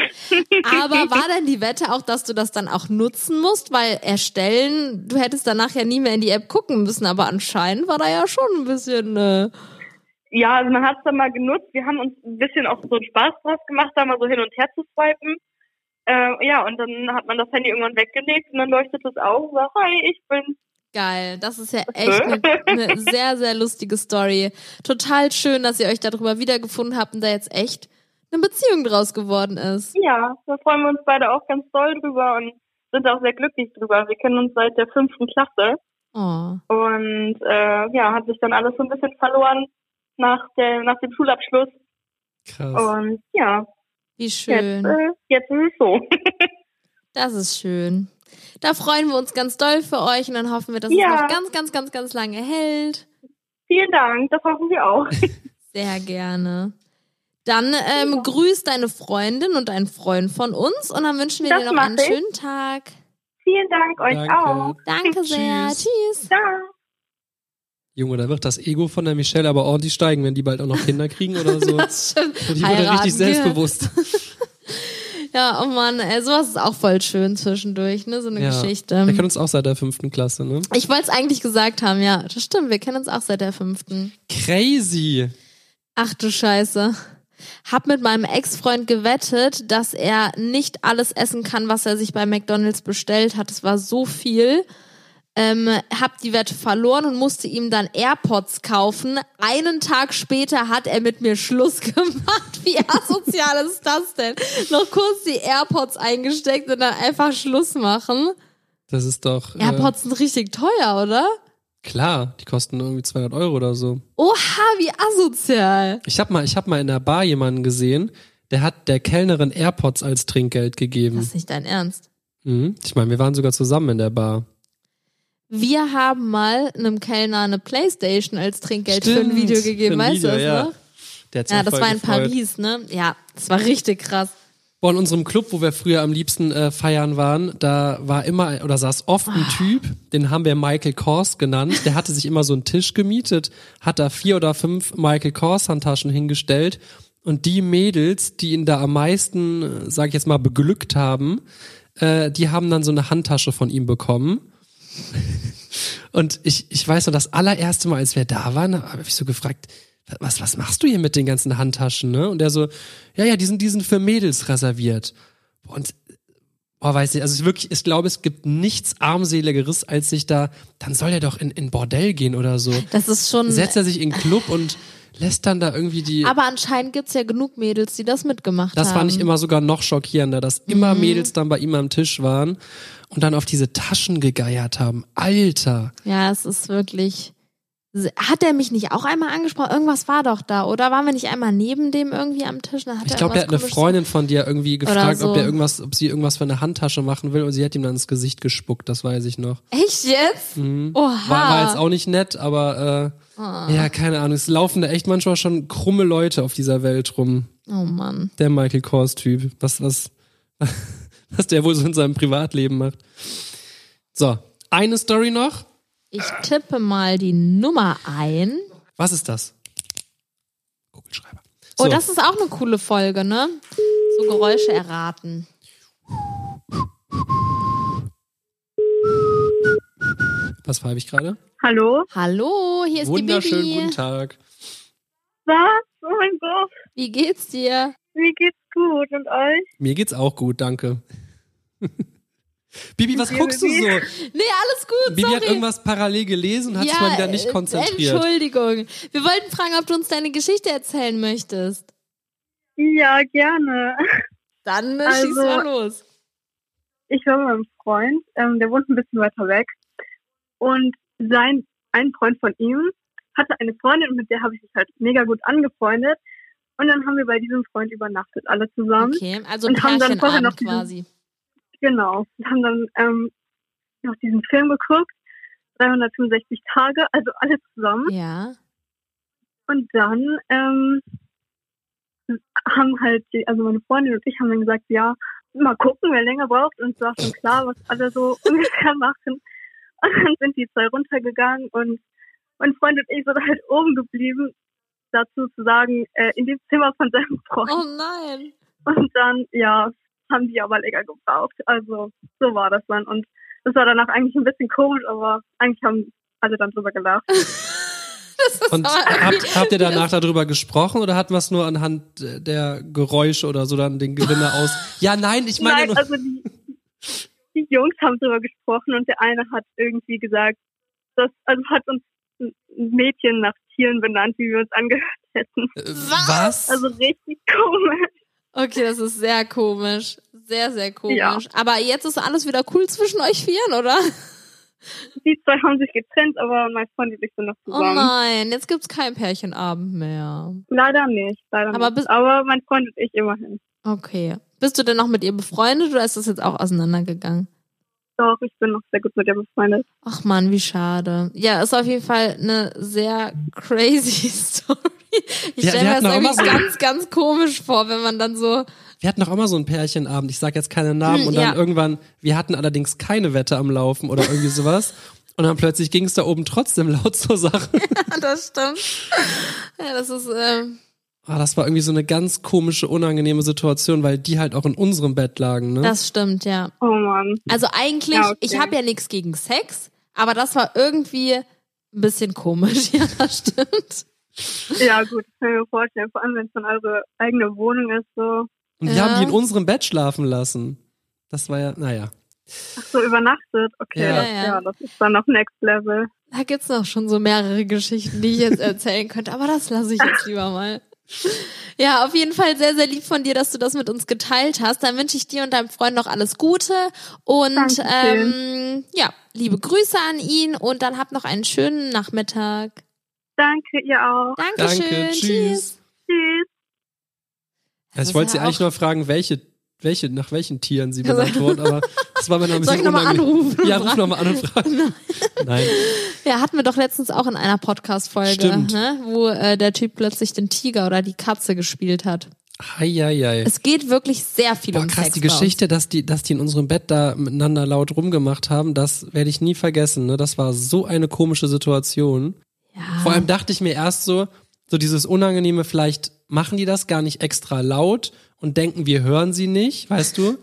[SPEAKER 1] Aber war denn die Wette auch, dass du das dann auch nutzen musst? Weil erstellen, du hättest danach ja nie mehr in die App gucken müssen, aber anscheinend war da ja schon ein bisschen. Äh,
[SPEAKER 5] Ja, also man hat's dann mal genutzt. Wir haben uns ein bisschen auch so einen Spaß draus gemacht, da mal so hin und her zu swipen. Äh, ja, und dann hat man das Handy irgendwann weggelegt und dann leuchtet es auf und sagt, hi, ich bin.
[SPEAKER 1] geil. Das ist ja echt eine eine sehr, sehr lustige Story. Total schön, dass ihr euch darüber wiedergefunden habt und da jetzt echt eine Beziehung draus geworden ist.
[SPEAKER 5] Ja, da freuen wir uns beide auch ganz doll drüber und sind auch sehr glücklich drüber. Wir kennen uns seit der fünften Klasse
[SPEAKER 1] Oh.
[SPEAKER 5] und äh, ja, hat sich dann alles so ein bisschen verloren nach, der, nach dem Schulabschluss.
[SPEAKER 2] Krass.
[SPEAKER 5] Und ja,
[SPEAKER 1] Wie
[SPEAKER 5] Jetzt,
[SPEAKER 1] schön.
[SPEAKER 5] äh, jetzt ist es so.
[SPEAKER 1] Das ist schön. Da freuen wir uns ganz doll für euch und dann hoffen wir, dass es
[SPEAKER 5] Ja.
[SPEAKER 1] noch ganz, ganz, ganz, ganz lange hält.
[SPEAKER 5] Vielen Dank, das hoffen wir auch.
[SPEAKER 1] Sehr gerne. Dann ähm, grüß deine Freundin und deinen Freund von uns und dann wünschen wir
[SPEAKER 5] Das
[SPEAKER 1] dir noch
[SPEAKER 5] mach
[SPEAKER 1] einen
[SPEAKER 5] ich.
[SPEAKER 1] schönen Tag.
[SPEAKER 5] Vielen Dank euch
[SPEAKER 2] Danke.
[SPEAKER 5] auch.
[SPEAKER 1] Danke sehr.
[SPEAKER 2] Tschüss.
[SPEAKER 1] Tschüss.
[SPEAKER 5] Ciao.
[SPEAKER 2] Junge, da wird das Ego von der Michelle aber ordentlich steigen, wenn die bald auch noch Kinder kriegen oder so.
[SPEAKER 1] Das stimmt.
[SPEAKER 2] Die wird dann
[SPEAKER 1] Heiraten,
[SPEAKER 2] richtig
[SPEAKER 1] gell?
[SPEAKER 2] selbstbewusst.
[SPEAKER 1] Ja, oh Mann, ey, sowas ist auch voll schön zwischendurch, ne? So eine
[SPEAKER 2] Ja.
[SPEAKER 5] Ähm.
[SPEAKER 2] Wir kennen
[SPEAKER 1] Geschichte.
[SPEAKER 2] uns auch seit der fünften Klasse, ne?
[SPEAKER 1] Ich wollte es eigentlich gesagt haben, ja. Das stimmt, wir kennen uns auch seit der fünften.
[SPEAKER 2] Crazy.
[SPEAKER 1] Ach du Scheiße. Hab mit meinem Ex-Freund gewettet, dass er nicht alles essen kann, was er sich bei McDonalds bestellt hat. Es war so viel. Ähm, hab die Wette verloren und musste ihm dann AirPods kaufen. Einen Tag später hat er mit mir Schluss gemacht. Wie asozial ist das denn? Noch kurz die AirPods eingesteckt und dann einfach Schluss machen.
[SPEAKER 2] Das ist doch äh,
[SPEAKER 1] AirPods sind richtig teuer, oder?
[SPEAKER 2] klar. Die kosten irgendwie 200 Euro oder so.
[SPEAKER 1] Oha, wie asozial.
[SPEAKER 2] Ich habe mal, ich habe mal in der Bar jemanden gesehen, der hat der Kellnerin Airpods als Trinkgeld gegeben.
[SPEAKER 1] Das ist nicht dein Ernst.
[SPEAKER 2] Mhm. Ich meine, wir waren sogar zusammen in der Bar.
[SPEAKER 1] Wir haben mal einem Kellner eine Playstation als Trinkgeld für ein
[SPEAKER 2] Stimmt.
[SPEAKER 1] Video gegeben,
[SPEAKER 2] Für ein
[SPEAKER 1] weißt du
[SPEAKER 2] Video,
[SPEAKER 1] das
[SPEAKER 2] ja.
[SPEAKER 1] noch?
[SPEAKER 2] Der hat's
[SPEAKER 1] Ja,
[SPEAKER 2] ja
[SPEAKER 1] das
[SPEAKER 2] voll
[SPEAKER 1] war in
[SPEAKER 2] gefreut.
[SPEAKER 1] Paris, ne? Ja, das war richtig krass.
[SPEAKER 2] Boah, in unserem Club, wo wir früher am liebsten äh, feiern waren, da war immer oder saß oft
[SPEAKER 1] Ah.
[SPEAKER 2] ein Typ, den haben wir Michael Kors genannt. Der hatte sich immer so einen Tisch gemietet, hat da vier oder fünf Michael Kors Handtaschen hingestellt und die Mädels, die ihn da am meisten, äh, sag ich jetzt mal, beglückt haben, äh, die haben dann so eine Handtasche von ihm bekommen. Und ich, ich weiß noch, das allererste Mal, als wir da waren, habe ich so gefragt, was, was machst du hier mit den ganzen Handtaschen, ne? Und er so, ja, ja, die sind, die sind für Mädels reserviert. Und, boah, weiß nicht, also ich wirklich, ich glaube, es gibt nichts armseligeres, als sich da, dann soll er doch in, in Bordell gehen oder so.
[SPEAKER 1] Das ist schon.
[SPEAKER 2] Setzt er sich in den Club und lässt dann da irgendwie die,
[SPEAKER 1] Mm. aber anscheinend gibt's ja genug Mädels, die das mitgemacht
[SPEAKER 2] das
[SPEAKER 1] haben.
[SPEAKER 2] fand ich immer sogar noch schockierender, dass immer Mädels dann bei ihm am Tisch waren und dann auf diese Taschen gegeiert haben. Alter.
[SPEAKER 1] Ja, es ist wirklich Hat er mich nicht auch einmal angesprochen? Irgendwas war doch da, oder? Waren wir nicht einmal neben dem irgendwie am Tisch? Dann hat
[SPEAKER 2] Ich
[SPEAKER 1] er
[SPEAKER 2] glaube, der hat
[SPEAKER 1] irgendwas
[SPEAKER 2] eine
[SPEAKER 1] Komisches-
[SPEAKER 2] Freundin von dir irgendwie gefragt,
[SPEAKER 1] so.
[SPEAKER 2] ob, der irgendwas, ob sie irgendwas für eine Handtasche machen will und sie hat ihm dann ins Gesicht gespuckt, das weiß ich noch.
[SPEAKER 1] Echt jetzt?
[SPEAKER 2] Mhm.
[SPEAKER 1] Oha.
[SPEAKER 2] War, war jetzt auch nicht nett, aber äh,
[SPEAKER 1] Ah.
[SPEAKER 2] ja, keine Ahnung. Es laufen da echt manchmal schon krumme Leute auf dieser Welt rum.
[SPEAKER 1] oh Mann.
[SPEAKER 2] Der Michael Kors-Typ. Was, was, was der wohl so in seinem Privatleben macht. So, eine Story noch.
[SPEAKER 1] Ich tippe mal die Nummer ein.
[SPEAKER 2] Was ist das? Google-Schreiber.
[SPEAKER 1] Oh,
[SPEAKER 2] So.
[SPEAKER 1] das ist auch eine coole Folge, ne? So Geräusche erraten.
[SPEAKER 2] Was pfeife ich gerade?
[SPEAKER 5] Hallo?
[SPEAKER 1] Hallo, hier ist die
[SPEAKER 2] Wunderschönen
[SPEAKER 1] Bibi.
[SPEAKER 2] guten Tag.
[SPEAKER 5] Was? Oh mein Gott,
[SPEAKER 1] Wie geht's dir?
[SPEAKER 5] mir geht's gut und euch?
[SPEAKER 2] Mir geht's auch gut, danke. Bibi, was guckst du so?
[SPEAKER 1] Nee, alles gut,
[SPEAKER 2] Bibi
[SPEAKER 1] sorry.
[SPEAKER 2] hat irgendwas parallel gelesen und hat sich
[SPEAKER 1] Ja,
[SPEAKER 2] mal wieder nicht
[SPEAKER 1] äh,
[SPEAKER 2] konzentriert.
[SPEAKER 1] Entschuldigung. Wir wollten fragen, ob du uns deine Geschichte erzählen möchtest.
[SPEAKER 5] Ja, gerne.
[SPEAKER 1] Dann äh,
[SPEAKER 5] Also-
[SPEAKER 1] schieß mal los.
[SPEAKER 5] Ich war mit meinem Freund, ähm, der wohnt ein bisschen weiter weg. Und sein, ein Freund von ihm hatte eine Freundin, und mit der habe ich mich halt mega gut angefreundet. Und dann haben wir bei diesem Freund übernachtet, alle zusammen.
[SPEAKER 1] Okay, also
[SPEAKER 5] ähm, und haben dann vorher noch
[SPEAKER 1] Pärchenabend quasi.
[SPEAKER 5] diesen- Genau. Wir haben dann ähm, noch diesen Film geguckt, 365 Tage, also alle zusammen.
[SPEAKER 1] Ja.
[SPEAKER 5] Und dann ähm, haben halt, die, also meine Freundin und ich haben dann gesagt, ja, mal gucken, wer länger braucht. Und es war schon klar, was alle so ungefähr machen. Und dann sind die zwei runtergegangen und mein Freund und ich sind halt oben geblieben, dazu zu sagen, äh, in dem Zimmer von seinem Freund.
[SPEAKER 1] Oh nein.
[SPEAKER 5] Und dann, ja, haben die aber länger gebraucht. Also so war das dann. Und es war danach eigentlich ein bisschen komisch, aber eigentlich haben alle dann drüber gelacht.
[SPEAKER 1] Das ist
[SPEAKER 2] Und
[SPEAKER 1] aber irgendwie-
[SPEAKER 2] habt, habt ihr danach darüber gesprochen oder hat man es nur anhand äh, der Geräusche oder so dann den Gewinner aus? Ja, nein, ich meine,
[SPEAKER 5] Nein,
[SPEAKER 2] nur-
[SPEAKER 5] also die, die Jungs haben drüber gesprochen und der eine hat irgendwie gesagt, das, also hat uns ein Mädchen nach Tieren benannt, wie wir uns angehört hätten.
[SPEAKER 2] äh, was?
[SPEAKER 5] Also richtig komisch.
[SPEAKER 1] Okay, das ist sehr komisch. Sehr, sehr komisch.
[SPEAKER 5] Ja.
[SPEAKER 1] Aber jetzt ist alles wieder cool zwischen euch Vieren, oder?
[SPEAKER 5] Die zwei haben sich getrennt, aber mein Freund und ich sind noch
[SPEAKER 1] Oh
[SPEAKER 5] zusammen.
[SPEAKER 1] nein, jetzt gibt's keinen Pärchenabend mehr.
[SPEAKER 5] leider nicht, leider
[SPEAKER 1] Aber bis-
[SPEAKER 5] nicht. Aber mein Freund und ich immerhin.
[SPEAKER 1] Okay. Bist du denn noch mit ihr befreundet oder ist das jetzt auch auseinandergegangen?
[SPEAKER 5] Doch, ich bin noch sehr gut mit ihr befreundet.
[SPEAKER 1] Ach man, wie schade. Ja, ist auf jeden Fall eine sehr crazy Story. Ich
[SPEAKER 2] Ja,
[SPEAKER 1] stelle mir
[SPEAKER 2] wir
[SPEAKER 1] das
[SPEAKER 2] hatten auch
[SPEAKER 1] irgendwie
[SPEAKER 2] immer so-
[SPEAKER 1] ganz, ganz komisch vor, wenn man dann so.
[SPEAKER 2] Wir hatten auch immer so ein Pärchenabend, ich sag jetzt keine Namen
[SPEAKER 1] Hm,
[SPEAKER 2] und dann
[SPEAKER 1] ja.
[SPEAKER 2] irgendwann, wir hatten allerdings keine Wette am Laufen oder irgendwie sowas. Und dann plötzlich ging es da oben trotzdem laut zur Sache.
[SPEAKER 1] das stimmt. Ja, das ist. Ähm,
[SPEAKER 2] Ah, das war irgendwie so eine ganz komische, unangenehme Situation, weil die halt auch in unserem Bett lagen, ne?
[SPEAKER 1] das stimmt, ja.
[SPEAKER 5] Oh Mann.
[SPEAKER 1] Also eigentlich,
[SPEAKER 5] Ja, okay.
[SPEAKER 1] ich habe ja nichts gegen Sex, aber das war irgendwie ein bisschen komisch. Ja, das stimmt.
[SPEAKER 5] Ja, gut, das kann ich mir vorstellen. Vor allem, wenn es dann eure eigene Wohnung ist, so.
[SPEAKER 2] und wir
[SPEAKER 1] ja.
[SPEAKER 2] haben die in unserem Bett schlafen lassen. Das war ja, naja.
[SPEAKER 5] Ach so, übernachtet. Okay,
[SPEAKER 2] Ja.
[SPEAKER 5] das,
[SPEAKER 1] Ja, ja.
[SPEAKER 5] ja, das ist dann noch Next Level.
[SPEAKER 1] Da gibt's noch schon so mehrere Geschichten, die ich jetzt erzählen könnte, aber das lasse ich jetzt lieber mal. Ja, auf jeden Fall sehr, sehr lieb von dir, dass du das mit uns geteilt hast. Dann wünsche ich dir und deinem Freund noch alles Gute und ähm,
[SPEAKER 5] Dankeschön.
[SPEAKER 1] ja, liebe Grüße an ihn und dann habt noch einen schönen Nachmittag.
[SPEAKER 5] Danke, ihr auch.
[SPEAKER 1] Dankeschön.
[SPEAKER 2] Danke,
[SPEAKER 1] tschüss.
[SPEAKER 2] tschüss.
[SPEAKER 5] Tschüss.
[SPEAKER 2] Also
[SPEAKER 1] Das
[SPEAKER 2] ich wollte
[SPEAKER 1] ist
[SPEAKER 2] sie
[SPEAKER 1] ja
[SPEAKER 2] eigentlich
[SPEAKER 1] auch-
[SPEAKER 2] nur fragen, welche, welche, nach welchen Tieren sie
[SPEAKER 1] Also-
[SPEAKER 2] benannt wurden, aber das war mir noch ein
[SPEAKER 1] Soll
[SPEAKER 2] bisschen
[SPEAKER 1] ich nochmal
[SPEAKER 2] unangenehm.
[SPEAKER 1] anrufen? und
[SPEAKER 2] Ja, ruf
[SPEAKER 1] fragen?
[SPEAKER 2] nochmal an und frag. Nein.
[SPEAKER 1] Ja, hatten wir doch letztens auch in einer Podcast-Folge,
[SPEAKER 2] Stimmt.
[SPEAKER 1] ne? wo äh, der Typ plötzlich den Tiger oder die Katze gespielt hat.
[SPEAKER 2] Heieiei.
[SPEAKER 1] Es geht wirklich sehr viel
[SPEAKER 2] Boah,
[SPEAKER 1] um
[SPEAKER 2] krass,
[SPEAKER 1] Sex
[SPEAKER 2] die
[SPEAKER 1] bei uns.
[SPEAKER 2] Geschichte, dass die, dass die in unserem Bett da miteinander laut rumgemacht haben, das werde ich nie vergessen. Ne? Das war so eine komische Situation.
[SPEAKER 1] Ja.
[SPEAKER 2] Vor allem dachte ich mir erst so, so dieses Unangenehme, vielleicht machen die das gar nicht extra laut und denken, wir hören sie nicht, weißt du?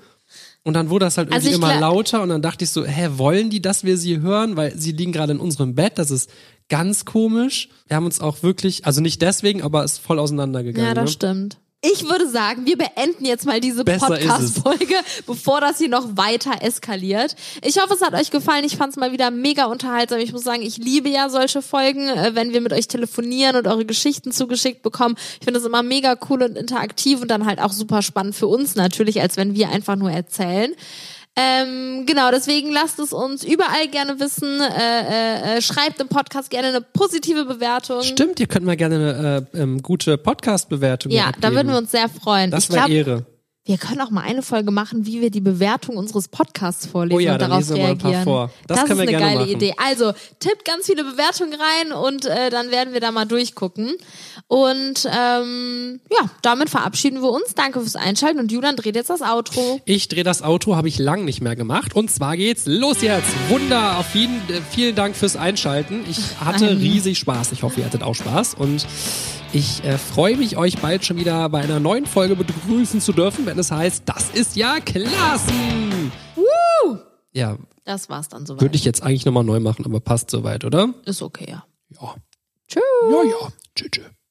[SPEAKER 2] Und dann wurde das halt
[SPEAKER 1] Also
[SPEAKER 2] irgendwie
[SPEAKER 1] ich
[SPEAKER 2] immer
[SPEAKER 1] gla-
[SPEAKER 2] lauter und dann dachte ich so, hä, wollen die, dass wir sie hören? Weil sie liegen gerade in unserem Bett, das ist ganz komisch. Wir haben uns auch wirklich, also nicht deswegen, aber es ist voll auseinandergegangen.
[SPEAKER 1] Ja, das
[SPEAKER 2] ne?
[SPEAKER 1] stimmt. Ich würde sagen, wir beenden jetzt mal diese
[SPEAKER 2] Besser ist es.
[SPEAKER 1] Podcast-Folge, bevor das hier noch weiter eskaliert. Ich hoffe, es hat euch gefallen. Ich fand es mal wieder mega unterhaltsam. Ich muss sagen, ich liebe ja solche Folgen, äh, wenn wir mit euch telefonieren und eure Geschichten zugeschickt bekommen. Ich finde das immer mega cool und interaktiv und dann halt auch super spannend für uns natürlich, als wenn wir einfach nur erzählen. Ähm, genau, deswegen lasst es uns überall gerne wissen. Äh, äh, äh, schreibt im Podcast gerne eine positive Bewertung.
[SPEAKER 2] Stimmt, ihr könnt mal gerne eine äh, ähm, gute Podcast-Bewertung
[SPEAKER 1] Ja,
[SPEAKER 2] abgeben.
[SPEAKER 1] da würden wir uns sehr freuen.
[SPEAKER 2] Das
[SPEAKER 1] ich
[SPEAKER 2] wäre
[SPEAKER 1] glaube,
[SPEAKER 2] Ehre.
[SPEAKER 1] wir können auch mal eine Folge machen, wie wir die Bewertung unseres Podcasts vorlesen
[SPEAKER 2] Oh ja,
[SPEAKER 1] und
[SPEAKER 2] dann
[SPEAKER 1] darauf
[SPEAKER 2] lesen wir mal ein
[SPEAKER 1] reagieren.
[SPEAKER 2] paar vor. Das
[SPEAKER 1] ist
[SPEAKER 2] können wir
[SPEAKER 1] eine
[SPEAKER 2] gerne
[SPEAKER 1] geile
[SPEAKER 2] machen.
[SPEAKER 1] Idee. Also tippt ganz viele Bewertungen rein und äh, dann werden wir da mal durchgucken. Und ähm, ja, damit verabschieden wir uns. Danke fürs Einschalten und Julian dreht jetzt das Outro.
[SPEAKER 2] Ich drehe das Auto, habe ich lang nicht mehr gemacht. Und zwar geht's los jetzt. Wunder, auf jeden, äh, vielen Dank fürs Einschalten. Ich hatte riesig Spaß. Ich hoffe, ihr hattet auch Spaß. Und ich äh, freue mich, euch bald schon wieder bei einer neuen Folge begrüßen zu dürfen, wenn es heißt, das ist ja Klassen. Ja,
[SPEAKER 1] Das war's dann soweit.
[SPEAKER 2] würde ich jetzt eigentlich nochmal neu machen, aber passt soweit, oder?
[SPEAKER 1] Ist okay, ja.
[SPEAKER 2] Ja.
[SPEAKER 1] Tschüss.
[SPEAKER 2] Ja, ja. Tschüss. tschüss.